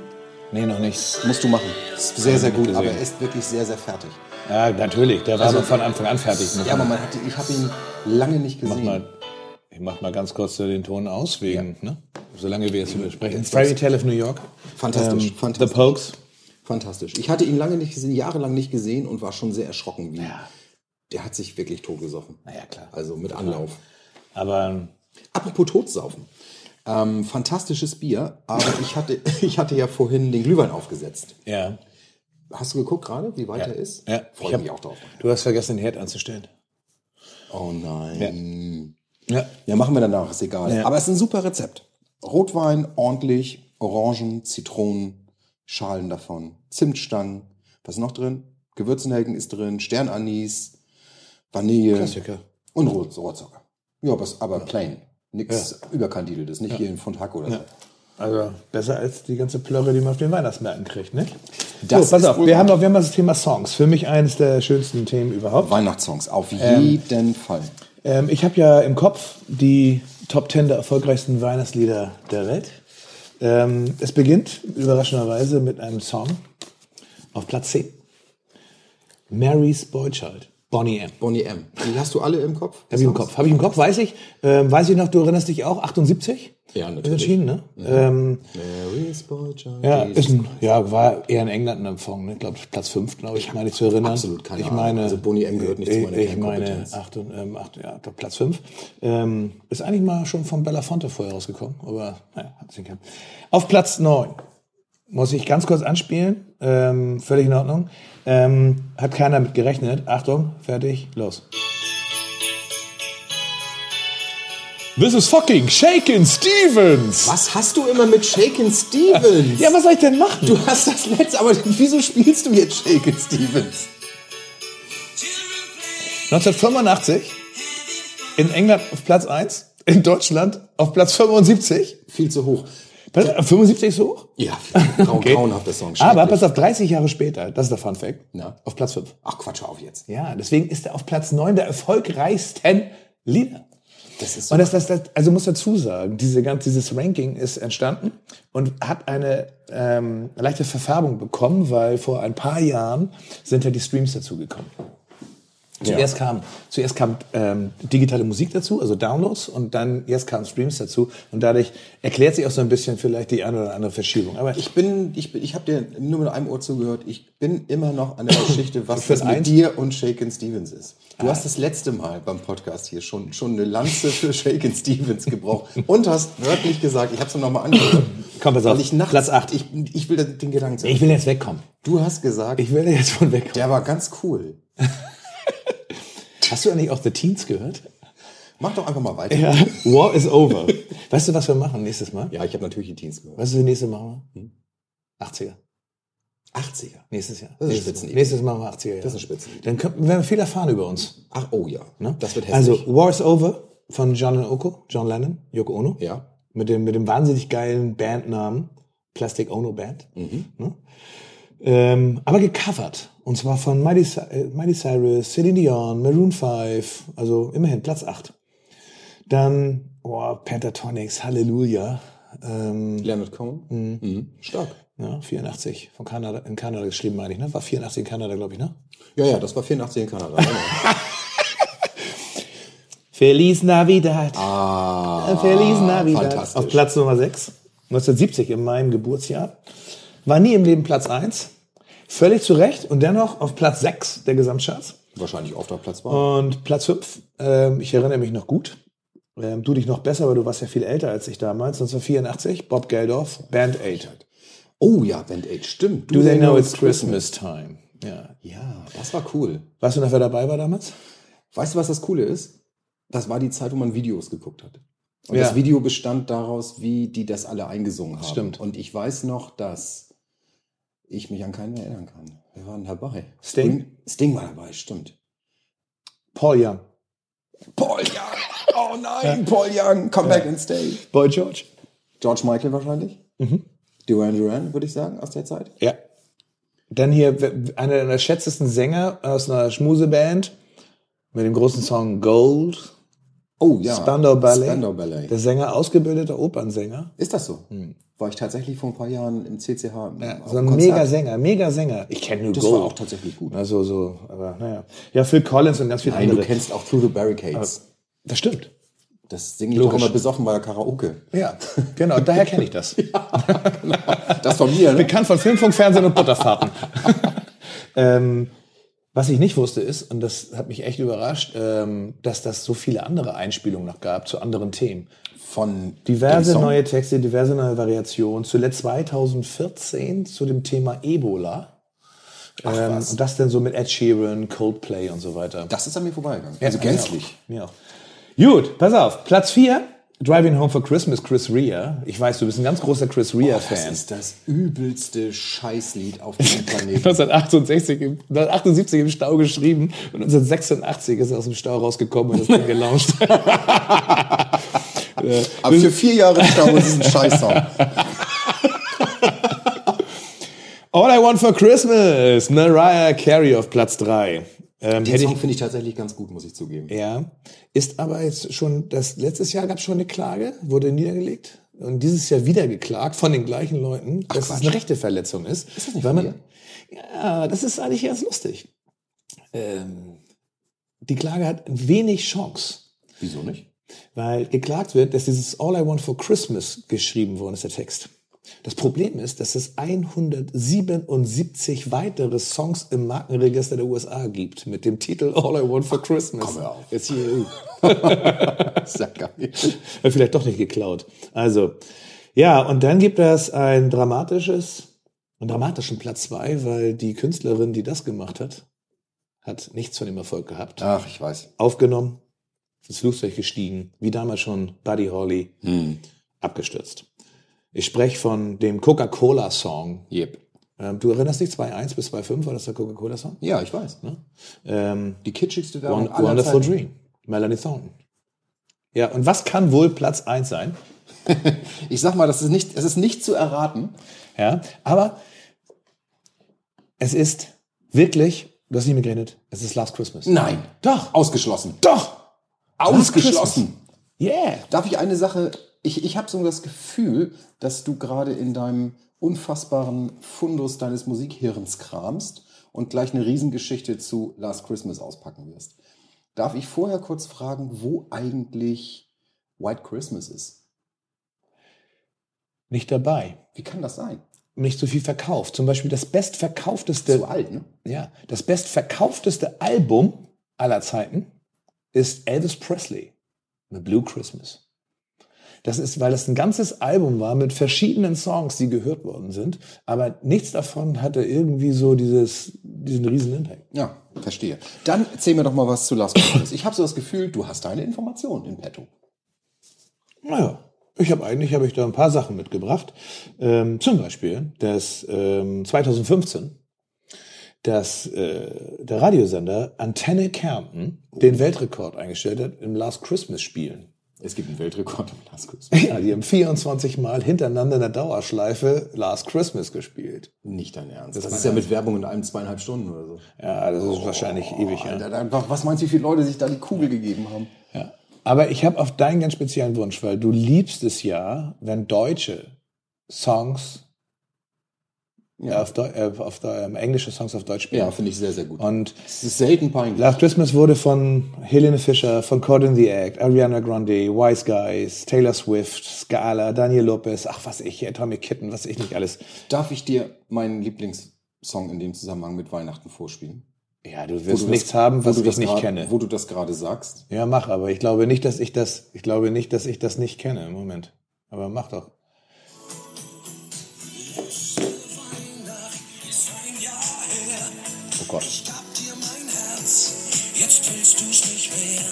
S1: Nee, noch nicht.
S2: Musst du machen. Ist sehr, sehr
S1: Hab ich
S2: gut,
S1: nicht
S2: aber
S1: gesehen.
S2: er ist wirklich sehr, sehr fertig.
S1: Ja, natürlich, der war so von Anfang an fertig.
S2: Also- Ja, aber man hatte, ich habe ihn lange nicht
S1: Mach
S2: gesehen.
S1: mal, ich mach mal ganz kurz so den Ton aus, wegen, ne? solange wir jetzt hier sprechen.
S2: Jetzt
S1: Fairy Tale of New York.
S2: Fantastisch,
S1: Ähm,
S2: fantastisch.
S1: The Pokes.
S2: Fantastisch. Ich hatte ihn lange nicht gesehen, jahrelang nicht gesehen und war schon sehr erschrocken, wie der hat sich wirklich totgesoffen.
S1: Naja, klar.
S2: Also mit Anlauf.
S1: Aber ähm,
S2: Apropos Totsaufen. Ähm, fantastisches Bier, aber ich hatte, ich hatte ja vorhin den Glühwein aufgesetzt.
S1: ja.
S2: Hast du geguckt gerade, wie weit er ist?
S1: Ja.
S2: Freue
S1: Ich hab-
S2: mich auch drauf.
S1: Du hast vergessen, den Herd anzustellen.
S2: Oh nein.
S1: Ja.
S2: Ja, machen wir danach, ist egal.
S1: Ja.
S2: Aber es ist ein super Rezept. Rotwein, ordentlich, Orangen, Zitronen, Schalen davon, Zimtstangen. Was ist noch drin? Gewürznelken ist drin, Sternanis, Vanille
S1: Klassiker.
S2: und Rot Rohrzucker. Ja, aber, aber plain. Nichts überkandideltes, nicht hier ein Pfund Hack oder so.
S1: Also besser als die ganze Plörre, die man auf den Weihnachtsmärkten kriegt, ne?
S2: Das
S1: so, pass
S2: ist
S1: auf,
S2: wohl
S1: wir
S2: wahr.
S1: haben, noch, wir haben das Thema Songs. Für mich eines der schönsten Themen überhaupt.
S2: Weihnachtssongs, auf jeden Fall.
S1: Ähm, ich habe ja im Kopf die Top 10 der erfolgreichsten Weihnachtslieder der Welt. Ähm, es beginnt überraschenderweise mit einem Song auf Platz 10. Mary's Boy Child, Bonnie M.
S2: Bonnie M. Die hast du alle im Kopf?
S1: Habe ich im Kopf, habe ich im Kopf, weiß ich. Ähm, weiß ich noch, du erinnerst dich auch, 78?
S2: Ja, natürlich.
S1: Ist entschieden, ne? Ja, ähm,
S2: Mary's Boy Child.
S1: ja, ist ein, ja war eher in England ein Empfang, ne? Ich glaube, Platz 5, glaube ich, meine ich zu erinnern.
S2: absolut keine
S1: ich
S2: Ahnung.
S1: meine,
S2: Also Bonnie M gehört nicht zu meiner
S1: Ich meine,
S2: Kernkompetenz.
S1: acht, und, ähm, acht, ja, doch, Platz 5. Ähm, ist eigentlich mal schon von Belafonte vorher rausgekommen, aber naja, hat sich gehabt. Auf Platz 9 muss ich ganz kurz anspielen, ähm, völlig in Ordnung. Ähm, hat keiner mit gerechnet. Achtung, fertig, los. This is fucking Shakin' Stevens!
S2: Was hast du immer mit Shaken Stevens?
S1: Ja, was soll ich denn machen?
S2: Du hast das letzte, aber wieso spielst du jetzt Shaken Stevens?
S1: 1985 in England auf Platz 1, in Deutschland auf Platz 75.
S2: Viel zu hoch.
S1: Pass- 75 ist so hoch?
S2: Ja, grau, grauenhafter Song.
S1: Aber
S2: schrecklich.
S1: pass auf, 30 Jahre später, das ist der Fun Fact,
S2: Na.
S1: auf Platz 5.
S2: Ach, Quatsch, hör auf jetzt.
S1: Ja, deswegen ist er auf Platz 9 der erfolgreichsten Lieder.
S2: Das ist
S1: Und das, das, das also muss dazu sagen, diese ganze, dieses Ranking ist entstanden und hat eine ähm, leichte Verfärbung bekommen, weil vor ein paar Jahren sind ja die Streams dazugekommen. Zuerst kam, zuerst kam ähm, digitale Musik dazu, also Downloads, und dann jetzt kamen Streams dazu. Und dadurch erklärt sich auch so ein bisschen vielleicht die eine oder andere Verschiebung. Aber
S2: Ich bin, ich bin, ich habe dir nur mit einem Ohr zugehört. Ich bin immer noch an der Geschichte, was das mit
S1: eins. Ah.
S2: dir und Shaken Stevens ist. Du hast das letzte Mal beim Podcast hier schon, schon eine Lanze für Shaken Stevens gebraucht und hast wörtlich gesagt, ich habe es nochmal angehört.
S1: Komm, pass
S2: Weil
S1: auf,
S2: ich nachts,
S1: Platz acht.
S2: Ich, ich will den Gedanken zu.
S1: ich will jetzt wegkommen.
S2: Du hast gesagt,
S1: Ich will jetzt von wegkommen.
S2: der war ganz cool.
S1: Hast du eigentlich auch The Teens gehört?
S2: Mach doch einfach mal weiter.
S1: Ja. War is over. weißt du, was wir machen nächstes Mal?
S2: Ja, ich habe natürlich die Teens gehört.
S1: Weißt du, was wir nächstes Mal machen?
S2: Hm?
S1: 80er.
S2: 80er.
S1: Nächstes Jahr.
S2: Das ist
S1: nächstes,
S2: Spitzenidee.
S1: nächstes Mal machen wir 80er. Jahre.
S2: Das ist Spitzenidee.
S1: Dann könnten wir viel erfahren über uns.
S2: Ach, oh ja.
S1: Ne?
S2: Das wird hässlich.
S1: also War is Over von John and Oko, John Lennon, Yoko Ono.
S2: ja.
S1: Mit dem, mit dem wahnsinnig geilen Bandnamen Plastic Ono Band.
S2: Mhm.
S1: Ne? Ähm, aber gecovert. Und zwar von Miley, Cy- äh, Miley Cyrus, Celine Dion, Maroon 5. Also immerhin Platz 8. Dann oh, Pentatonics, Halleluja. Ähm,
S2: Leonard Cohen. Mhm. Stark.
S1: ja, 84 Ne? von Kanada, in Kanada geschrieben, meine ich. Ne? War 84 in Kanada, glaube ich, ne?
S2: Ja, ja, das war 84 in Kanada. genau.
S1: Feliz Navidad.
S2: ah,
S1: Feliz Navidad.
S2: fantastisch.
S1: Auf Platz Nummer 6. 1970 in meinem Geburtsjahr. War nie im Leben Platz 1. Völlig zu Recht und dennoch auf Platz 6 der Gesamtcharts.
S2: Wahrscheinlich auf der Platz war.
S1: Und Platz 5, ähm, ich erinnere mich noch gut. Ähm, du dich noch besser, weil du warst ja viel älter als ich damals. 1984, Bob Geldof, Band Aid.
S2: Oh ja, Band Aid, stimmt.
S1: Do they know it's Christmas time? Ja.
S2: Ja, das war cool.
S1: Weißt du noch, wer dabei war damals?
S2: Weißt du, was das Coole ist? Das war die Zeit, wo man Videos geguckt hat. Und
S1: Ja.
S2: das Video bestand daraus, wie die das alle eingesungen haben.
S1: Stimmt.
S2: Und ich weiß noch, dass ich mich an keinen mehr erinnern kann. Wer war denn dabei?
S1: Sting?
S2: Sting war dabei, stimmt.
S1: Paul Young.
S2: Paul Young! Oh nein, Paul Young, come back and stay.
S1: Boy George.
S2: George Michael wahrscheinlich.
S1: Mhm.
S2: Duran Duran, würde ich sagen, aus der Zeit.
S1: Ja. Dann hier w- einer der schätzesten Sänger aus einer Schmuseband mit dem großen Song Gold.
S2: Oh ja.
S1: Ah, Spandau Ballet.
S2: Spandau Ballet.
S1: Der Sänger, ausgebildeter Opernsänger.
S2: ist das so? War ich tatsächlich vor ein paar Jahren im CCH. Ja,
S1: Hm. So ein mega Sänger, mega Sänger. Ich kenne nur
S2: Das
S1: Gold.
S2: war auch tatsächlich gut.
S1: Also so, aber naja. Ja, Phil Collins und ganz viele
S2: Nein, du
S1: andere.
S2: kennst auch Through the Barricades.
S1: Das stimmt.
S2: Das singe ich doch
S1: Logisch.
S2: immer besoffen bei der Karaoke.
S1: Ja, genau, daher kenne ich das.
S2: Das von mir, ne?
S1: Bekannt von Filmfunk, Fernsehen und Butterfahrten. ähm, was ich nicht wusste ist, und das hat mich echt überrascht, ähm, dass das so viele andere Einspielungen noch gab zu anderen Themen.
S2: Von dem
S1: Diverse
S2: Song.
S1: neue Texte, diverse neue Variationen. Zuletzt 2014 zu dem Thema Ebola. ähm,
S2: was.
S1: und das denn so mit Ed Sheeran, Coldplay und so weiter.
S2: Das ist an mir vorbeigegangen. also gänzlich.
S1: Mir auch. Mir auch. Gut, pass auf. Platz 4, Driving Home for Christmas, Chris Rea. Ich weiß, du bist ein ganz großer Chris
S2: Oh, Das
S1: Rea-Fan.
S2: ist das übelste Scheißlied auf diesem Planeten.
S1: 1968, im- 1978 im Stau geschrieben und 1986 ist er aus dem Stau rausgekommen und ist dann gelauncht.
S2: Aber für vier Jahre Stau ist es ein Scheißsong.
S1: All I Want for Christmas, Mariah Carey auf Platz 3. Ähm,
S2: Den
S1: hätte ich,
S2: Song finde ich tatsächlich ganz gut, muss ich zugeben.
S1: ja, ist aber jetzt schon, das letztes Jahr gab es schon eine Klage, wurde niedergelegt und dieses Jahr wieder geklagt von den gleichen Leuten, dass es eine Rechteverletzung ist. Ist das nicht weil man, Ja, das ist eigentlich ganz lustig. Ähm, die Klage hat wenig Chance.
S2: Wieso nicht?
S1: weil geklagt wird, dass dieses All I Want for Christmas geschrieben worden ist, der Text. Das Problem ist, dass es 177 weitere Songs im Markenregister der USA gibt mit dem Titel All I Want for Christmas.
S2: komm, hör auf.
S1: Jetzt hier.
S2: Das ist ja geil.
S1: Äh, Vielleicht doch nicht geklaut. Also, ja, und dann gibt es ein dramatisches, einen dramatischen Platz zwei, weil die Künstlerin, die das gemacht hat, hat nichts von dem Erfolg gehabt.
S2: Ach, ich weiß.
S1: Aufgenommen, ins Flugzeug gestiegen, wie damals schon Buddy Holly,
S2: Hm.
S1: abgestürzt. Ich spreche von dem Coca-Cola-Song.
S2: Yep.
S1: Ähm, du erinnerst dich, 2.1 bis 2.5 war das der Coca-Cola-Song?
S2: Ja, ich weiß.
S1: Ne? Ähm,
S2: Die kitschigste Werbung
S1: Won-
S2: aller
S1: Wonderful
S2: Zeiten.
S1: Dream, Melanie Thornton. Ja, und was kann wohl Platz 1 sein?
S2: Ich sag mal, das ist nicht, es ist nicht zu erraten.
S1: Ja, aber es ist wirklich, du hast nicht mehr geredet, es ist Last Christmas.
S2: Nein.
S1: Doch.
S2: Ausgeschlossen.
S1: Doch!
S2: Ausgeschlossen.
S1: Yeah!
S2: Darf ich eine Sache? Ich, ich habe so das Gefühl, dass du gerade in deinem unfassbaren Fundus deines Musikhirns kramst und gleich eine Riesengeschichte zu Last Christmas auspacken wirst. Darf ich vorher kurz fragen, wo eigentlich White Christmas ist?
S1: Nicht dabei.
S2: Wie kann das sein?
S1: Nicht so viel verkauft. Zum Beispiel das bestverkaufteste
S2: Zu alt, ne?
S1: Ja, das bestverkaufteste Album aller Zeiten ist Elvis Presley mit Blue Christmas. Das ist, weil das ein ganzes Album war mit verschiedenen Songs, die gehört worden sind, aber nichts davon hatte irgendwie so dieses, diesen riesen Impact.
S2: Ja, verstehe. Dann erzähl mir doch mal was zu Last Christmas. Ich habe so das Gefühl, du hast deine Informationen in petto.
S1: Naja, ich habe eigentlich habe ich da ein paar Sachen mitgebracht. Ähm, zum Beispiel, dass ähm, 2015 dass äh, der Radiosender Antenne Kärnten den Weltrekord eingestellt hat im Last Christmas Spielen.
S2: Es gibt einen Weltrekord im Last Christmas.
S1: Ja, die haben 24 Mal hintereinander in der Dauerschleife Last Christmas gespielt.
S2: Nicht dein Ernst. Das, ist ja mit Werbung in einem zweieinhalb Stunden oder so.
S1: Ja, das ist wahrscheinlich ewig. Ja.
S2: Alter, einfach, was meinst du, wie viele Leute sich da die Kugel gegeben haben?
S1: Ja. Aber ich habe auf deinen ganz speziellen Wunsch, weil du liebst es ja, wenn deutsche Songs
S2: Ja.
S1: auf, Deu äh, auf Deu ähm, englische Songs auf Deutsch spielen.
S2: Ja, Ah. finde ich sehr, sehr gut.
S1: Und
S2: es ist selten peinlich.
S1: Last Christmas wurde von Helene Fischer, von Caught in the Act, Ariana Grande, Wise Guys, Taylor Swift, Scala, Daniel Lopez, ach was ich, Tommy Kitten, was ich nicht alles.
S2: Darf ich dir meinen Lieblingssong in dem Zusammenhang mit Weihnachten vorspielen?
S1: Ja, du
S2: Wo
S1: wirst
S2: du
S1: nichts
S2: das-
S1: haben,
S2: wo
S1: was
S2: du
S1: ich
S2: das
S1: nicht
S2: gerade-
S1: kenne.
S2: Wo du das gerade sagst.
S1: Ja, mach, aber ich glaube nicht, dass ich das, ich glaube nicht, dass ich das nicht kenne. Moment. Aber mach doch.
S2: Oh Gott.
S3: Gab dir mein Herz, jetzt willst du's nicht mehr.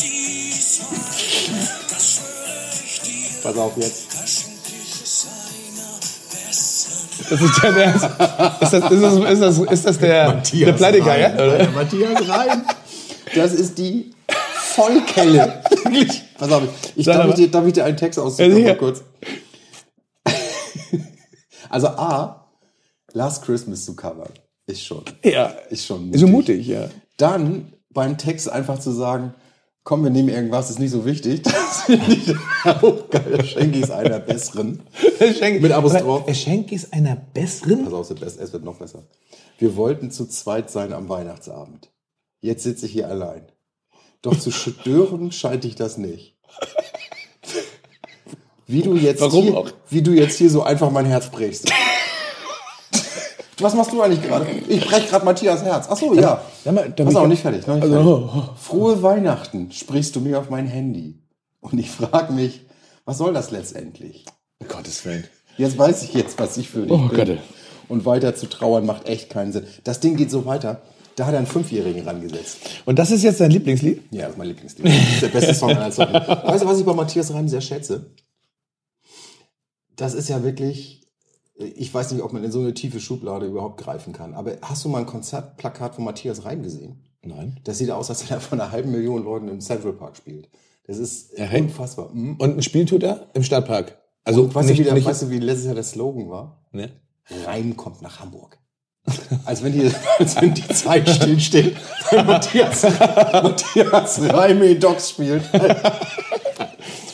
S3: Diesmal, das schwöre ich dir,
S2: Pass auf jetzt.
S3: da schenkt dich es einer besseren.
S1: Das ist der Ernst. Ist das, ist das, ist das, ist das der, der Pleitegeier? oder?
S2: Matthias rein. Das ist die Vollkelle.
S1: Wirklich?
S2: Pass auf, ich
S1: Sag
S2: darf,
S1: mal.
S2: ich dir, darf ich dir einen Text
S1: Ja,
S2: aussuchen?
S1: sicher.
S2: mal kurz. also A, Last Christmas zu covern, ist schon,
S1: Ja.
S2: ist schon
S1: So mutig, ja.
S2: Dann beim Text einfach zu sagen, komm, wir nehmen irgendwas, ist nicht so wichtig. Das finde ich auch geil. Da Schenke ich es einer besseren.
S1: Schenk,
S2: Mit Apostroph.
S1: Aber Er schenkt es einer besseren?
S2: Pass auf, es wird- es wird noch besser. Wir wollten zu zweit sein am Weihnachtsabend. Jetzt sitze ich hier allein. Doch zu stören scheint ich das nicht. Wie du jetzt,
S1: Warum
S2: hier,
S1: auch?
S2: Wie du jetzt hier so einfach mein Herz brichst. Was machst du eigentlich gerade? Ich brech gerade Matthias Herz. Ach so, ja.
S1: sag mal, damit
S2: Pass
S1: ich-
S2: auch nicht fertig. Noch nicht
S1: Also-
S2: fertig. Frohe Weihnachten sprichst du mir auf mein Handy. Und ich frage mich, was soll das letztendlich?
S1: Um Gottes Willen.
S2: Jetzt weiß ich jetzt, was ich für dich
S1: Oh,
S2: bin.
S1: Gott.
S2: Und weiter zu trauern macht echt keinen Sinn. Das Ding geht so weiter. Da hat er einen Fünfjährigen rangesetzt.
S1: Und das ist jetzt dein Lieblingslied?
S2: Ja, das ist mein Lieblingslied. Das ist der beste Song aller Zeiten. Weißt du, was ich bei Matthias Reim sehr schätze? Das ist ja wirklich, ich weiß nicht, ob man in so eine tiefe Schublade überhaupt greifen kann, aber hast du mal ein Konzertplakat von Matthias Reim gesehen?
S1: Nein.
S2: Das sieht aus, als wenn er von einer halben Million Leuten im Central Park spielt. Das ist
S1: Ja, hey.
S2: unfassbar. Mhm.
S1: Und ein Spiel tut er im Stadtpark. Also
S2: Und weißt,
S1: nicht,
S2: du, wie der,
S1: nicht,
S2: weißt du, wie letztes Jahr der Slogan war?
S1: ne?
S2: Reim kommt nach Hamburg. Als wenn die, als wenn die Zeit stillsteht, wenn Matthias, Matthias Reim in Docs spielt.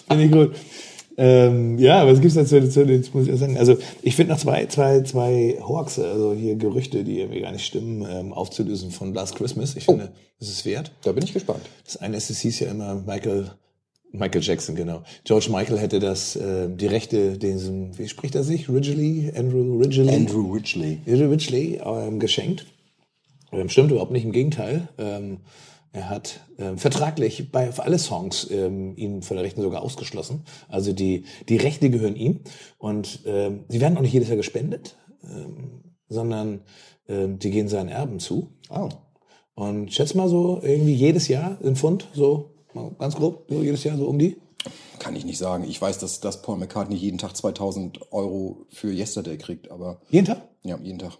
S1: Finde ich gut. Ähm, ja, was gibt's dazu? dazu das muss ich auch sagen. Also ich finde noch zwei, zwei, zwei Hoaxe, also hier Gerüchte, die irgendwie gar nicht stimmen, ähm, aufzulösen von Last Christmas. Ich finde, das ist wert.
S2: Da bin ich gespannt.
S1: Das eine ist, es hieß ja immer Michael, Michael Jackson, genau. George Michael hätte das, äh, die Rechte, diesem, wie spricht er sich? Ridgely? Andrew Ridgely?
S2: Andrew Ridgely.
S1: Andrew Ridgely ähm, geschenkt. Ähm, stimmt überhaupt nicht, im Gegenteil. Ähm, er hat ähm, vertraglich bei, für alle Songs ähm, ihn von der Rechten sogar ausgeschlossen. Also die, die Rechte gehören ihm. Und ähm, sie werden auch nicht jedes Jahr gespendet, ähm, sondern ähm, die gehen seinen Erben zu.
S2: Oh.
S1: Und schätz mal so, irgendwie jedes Jahr ein Pfund, so mal ganz grob, so jedes Jahr so um die.
S2: Kann ich nicht sagen. Ich weiß, dass, dass Paul McCartney jeden Tag 2000 Euro für Yesterday kriegt, aber
S1: Jeden Tag?
S2: ja, jeden Tag.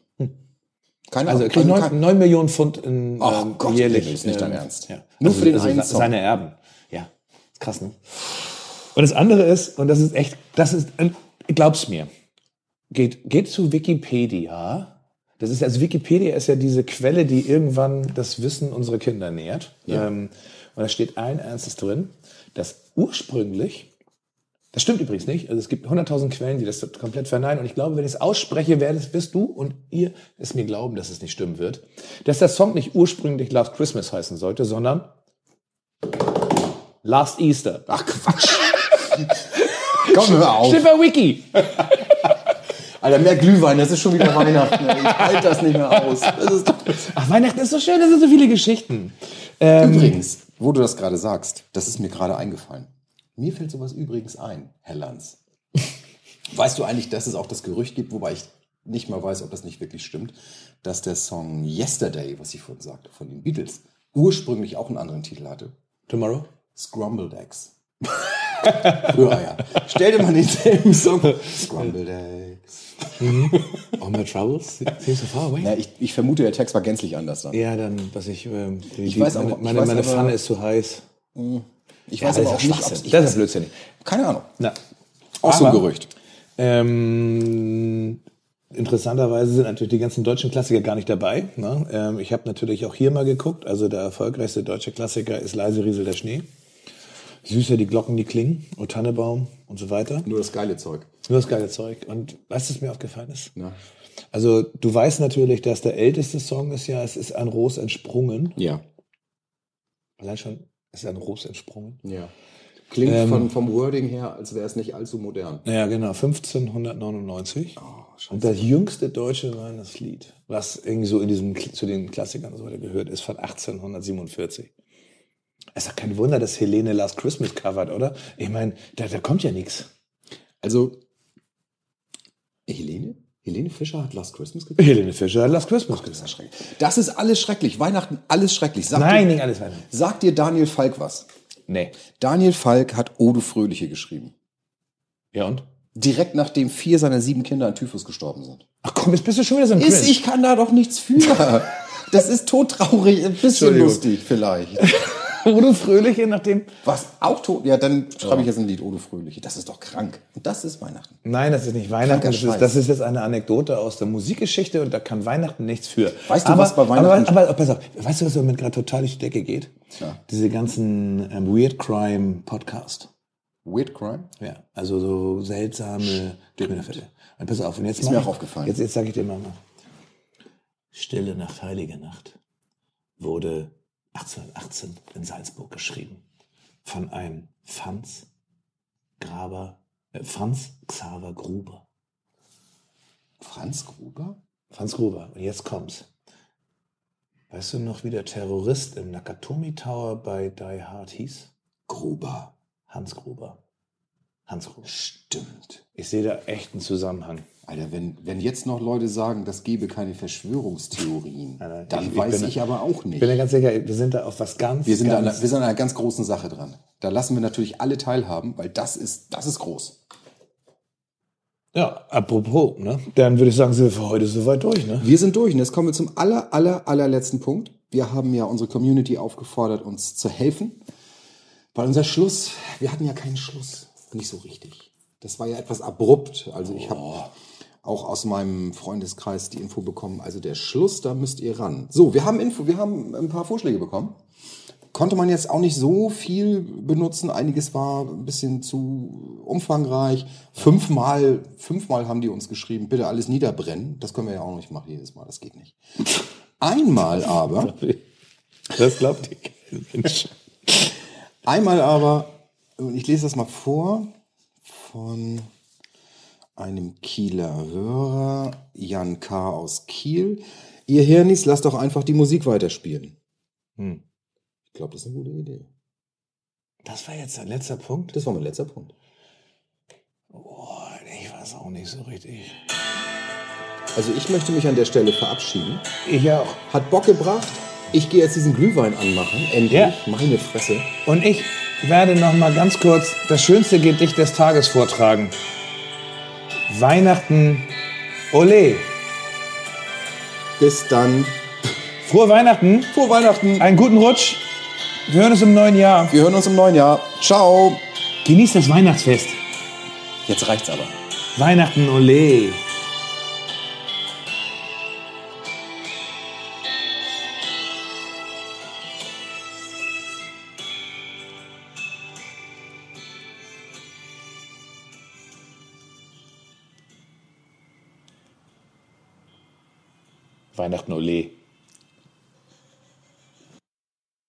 S2: Keine
S1: Also er kriegt
S2: keine-
S1: 9, Millionen Pfund in,
S2: Ach
S1: ähm,
S2: Gott,
S1: jährlich.
S2: nee, ist nicht dein
S1: ähm,
S2: Ernst.
S1: Ja.
S2: Nur für den einen
S1: se-
S2: Song.
S1: Seine Erben. Ja, ist krass, ne? Und das andere ist, und das ist echt, das ist, und glaub's mir, geht, geht zu Wikipedia. Das ist, also Wikipedia ist ja diese Quelle, die irgendwann das Wissen unserer Kinder nährt. Ähm, und da steht allen Ernstes drin, dass ursprünglich das stimmt übrigens nicht. Also es gibt 100.000 Quellen, die das komplett verneinen. Und ich glaube, wenn ich es ausspreche, wer das bist du und ihr es mir glauben, dass es nicht stimmen wird, dass der Song nicht ursprünglich Last Christmas heißen sollte, sondern Last Easter.
S2: Ach Quatsch. Komm, hör auf.
S1: Steht bei Wiki.
S2: Alter, mehr Glühwein, das ist schon wieder Weihnachten. ey. Ich halte das nicht mehr aus. Das ist doch
S1: Ach, Weihnachten ist so schön, das sind so viele Geschichten. Ähm,
S2: Übrigens, wo du das gerade sagst, das ist mir gerade eingefallen. Mir fällt sowas übrigens ein, Herr Lanz. weißt du eigentlich, dass es auch das Gerücht gibt, wobei ich nicht mal weiß, ob das nicht wirklich stimmt, dass der Song Yesterday, was ich vorhin sagte, von den Beatles, ursprünglich auch einen anderen Titel hatte?
S1: Tomorrow?
S2: Scrambled Eggs. Früher, ja. Stell dir mal denselben Song. Scrambled Eggs.
S1: All my troubles seem so far away.
S2: Ja, ich, ich vermute, der Text war gänzlich anders dann.
S1: Ja, dann, was ich, ähm, die,
S2: Ich
S1: die-
S2: weiß
S1: meine,
S2: aber- ich
S1: meine,
S2: weiß
S1: meine
S2: aber-
S1: Pfanne ist zu heiß.
S2: Ich
S1: Ja,
S2: weiß
S1: das
S2: aber
S1: ist
S2: auch nicht,
S1: Schwachsinn.
S2: ob's- ich
S1: Das
S2: weiß-
S1: ist blödsinnig.
S2: Keine Ahnung.
S1: Na.
S2: Auch so ein
S1: Aber-
S2: Gerücht.
S1: Ähm, interessanterweise sind natürlich die ganzen deutschen Klassiker gar nicht dabei. Ne? Ähm, ich habe natürlich auch hier mal geguckt. Also der erfolgreichste deutsche Klassiker ist Leise Riesel der Schnee. Süßer die Glocken, die klingen. O Tannebaum und so weiter.
S2: Nur das geile Zeug.
S1: Nur das geile Zeug. Und weißt du, was mir aufgefallen ist? Also du weißt natürlich, dass der älteste Song ist ja, es ist ein Ros entsprungen.
S2: Ja.
S1: Allein schon, es ist ein Ros entsprungen.
S2: Ja. Klingt von, vom Wording her, als wäre es nicht allzu modern.
S1: Ja, genau, 1599. und das jüngste deutsche Weihnachtslied, was irgendwie so in diesem, Kl- zu den Klassikern und so weiter gehört, ist von 1847. Es ist doch kein Wunder, dass Helene Last Christmas covert, oder? Ich meine, da, da kommt ja nichts.
S2: Also, Helene? Helene Fischer hat Last Christmas gekriegt?
S1: Helene Fischer hat Last Christmas
S2: Das
S1: gesagt.
S2: ist schrecklich. Das ist alles schrecklich. Weihnachten, alles schrecklich. Sag
S1: Nein, nicht alles Weihnachten.
S2: Dir, sag dir Daniel Falk was.
S1: Nee.
S2: Daniel Falk hat Ode Fröhliche geschrieben.
S1: Ja und?
S2: Direkt nachdem vier seiner sieben Kinder an Typhus gestorben sind.
S1: Ach komm, jetzt bist du schon wieder so ein
S2: Ist,
S1: Cringe.
S2: ich kann da doch nichts für. Das ist todtraurig, ein bisschen
S1: Entschuldigung.
S2: lustig vielleicht.
S1: Udo Fröhliche, nachdem...
S2: Was auch tot. Ja, dann schreibe ich jetzt ein Lied Ode Fröhliche. Das ist doch krank. Und das ist Weihnachten.
S1: Nein, das ist nicht Weihnachten. Das
S2: Scheiß.
S1: ist, das ist jetzt eine Anekdote aus der Musikgeschichte und da kann Weihnachten nichts für.
S2: Weißt du, was bei Weihnachten-
S1: Aber, aber pass auf, weißt du, was im Moment gerade total durch die Decke geht?
S2: Ja.
S1: Diese ganzen ähm, Weird Crime Podcast.
S2: Weird Crime?
S1: Ja, also so seltsame Kriminalfälle. Und pass auf, und jetzt
S2: mir
S1: mach ich-
S2: auch aufgefallen.
S1: Jetzt, jetzt sage ich dir mal, mal. Stille Nacht, heilige Nacht wurde 1818 in Salzburg geschrieben. Von einem Franz Graber, äh, Franz Xaver Gruber.
S2: Franz Gruber?
S1: Franz Gruber, und jetzt kommt's. Weißt du noch, wie der Terrorist im Nakatomi Tower bei Die Hard hieß?
S2: Gruber.
S1: Hans Gruber. Hans Gruber.
S2: Stimmt.
S1: Ich sehe da echt einen Zusammenhang.
S2: Alter, wenn, wenn jetzt noch Leute sagen, das gebe keine Verschwörungstheorien,
S1: Alter,
S2: dann
S1: ich- ich
S2: weiß
S1: bin-
S2: ich aber auch
S1: Ich
S2: nicht.
S1: bin mir ganz sicher, wir sind da auf was ganz,
S2: Wir sind, da an,
S1: ganz
S2: einer- wir sind an einer ganz großen Sache dran. Da lassen wir natürlich alle teilhaben, weil das ist, das ist groß.
S1: Ja, apropos, ne? Dann würde ich sagen, sind wir für heute soweit durch, ne?
S2: Wir sind durch und jetzt kommen wir zum aller, aller, allerletzten Punkt. Wir haben ja unsere Community aufgefordert, uns zu helfen. Weil unser Schluss, wir hatten ja keinen Schluss. Nicht so richtig. Das war ja etwas abrupt. Also ich habe auch aus meinem Freundeskreis die Info bekommen. Also der Schluss, da müsst ihr ran. So, wir haben Info, wir haben ein paar Vorschläge bekommen. Konnte man jetzt auch nicht so viel benutzen. Einiges war ein bisschen zu umfangreich. Fünfmal, fünfmal haben die uns geschrieben, bitte alles niederbrennen. Das können wir ja auch nicht machen jedes Mal. Das geht nicht. Einmal aber.
S1: Das glaubt ihr kein Mensch.
S2: Einmal aber, und ich lese das mal vor, von einem Kieler Hörer, Jan K. aus Kiel. Ihr Hirnis, lasst doch einfach die Musik weiterspielen.
S1: Hm.
S2: Ich glaube, das ist eine gute Idee.
S1: Das war jetzt der letzte Punkt.
S2: Das war mein letzter Punkt.
S1: Boah, ich weiß auch nicht so richtig.
S2: Also ich möchte mich an der Stelle verabschieden.
S1: Ich auch.
S2: Hat Bock gebracht. Ich gehe jetzt diesen Glühwein anmachen. Endlich.
S1: Ja.
S2: Meine Fresse.
S1: Und ich werde noch mal ganz kurz das schönste Gedicht des Tages vortragen. Weihnachten, ole.
S2: Bis dann.
S1: Frohe Weihnachten,
S2: Frohe Weihnachten.
S1: einen guten Rutsch. Wir hören uns im neuen Jahr.
S2: Wir hören uns im neuen Jahr. Ciao.
S1: Genießt das Weihnachtsfest.
S2: Jetzt reicht's aber.
S1: Weihnachten, ole. Weihnachten, ole.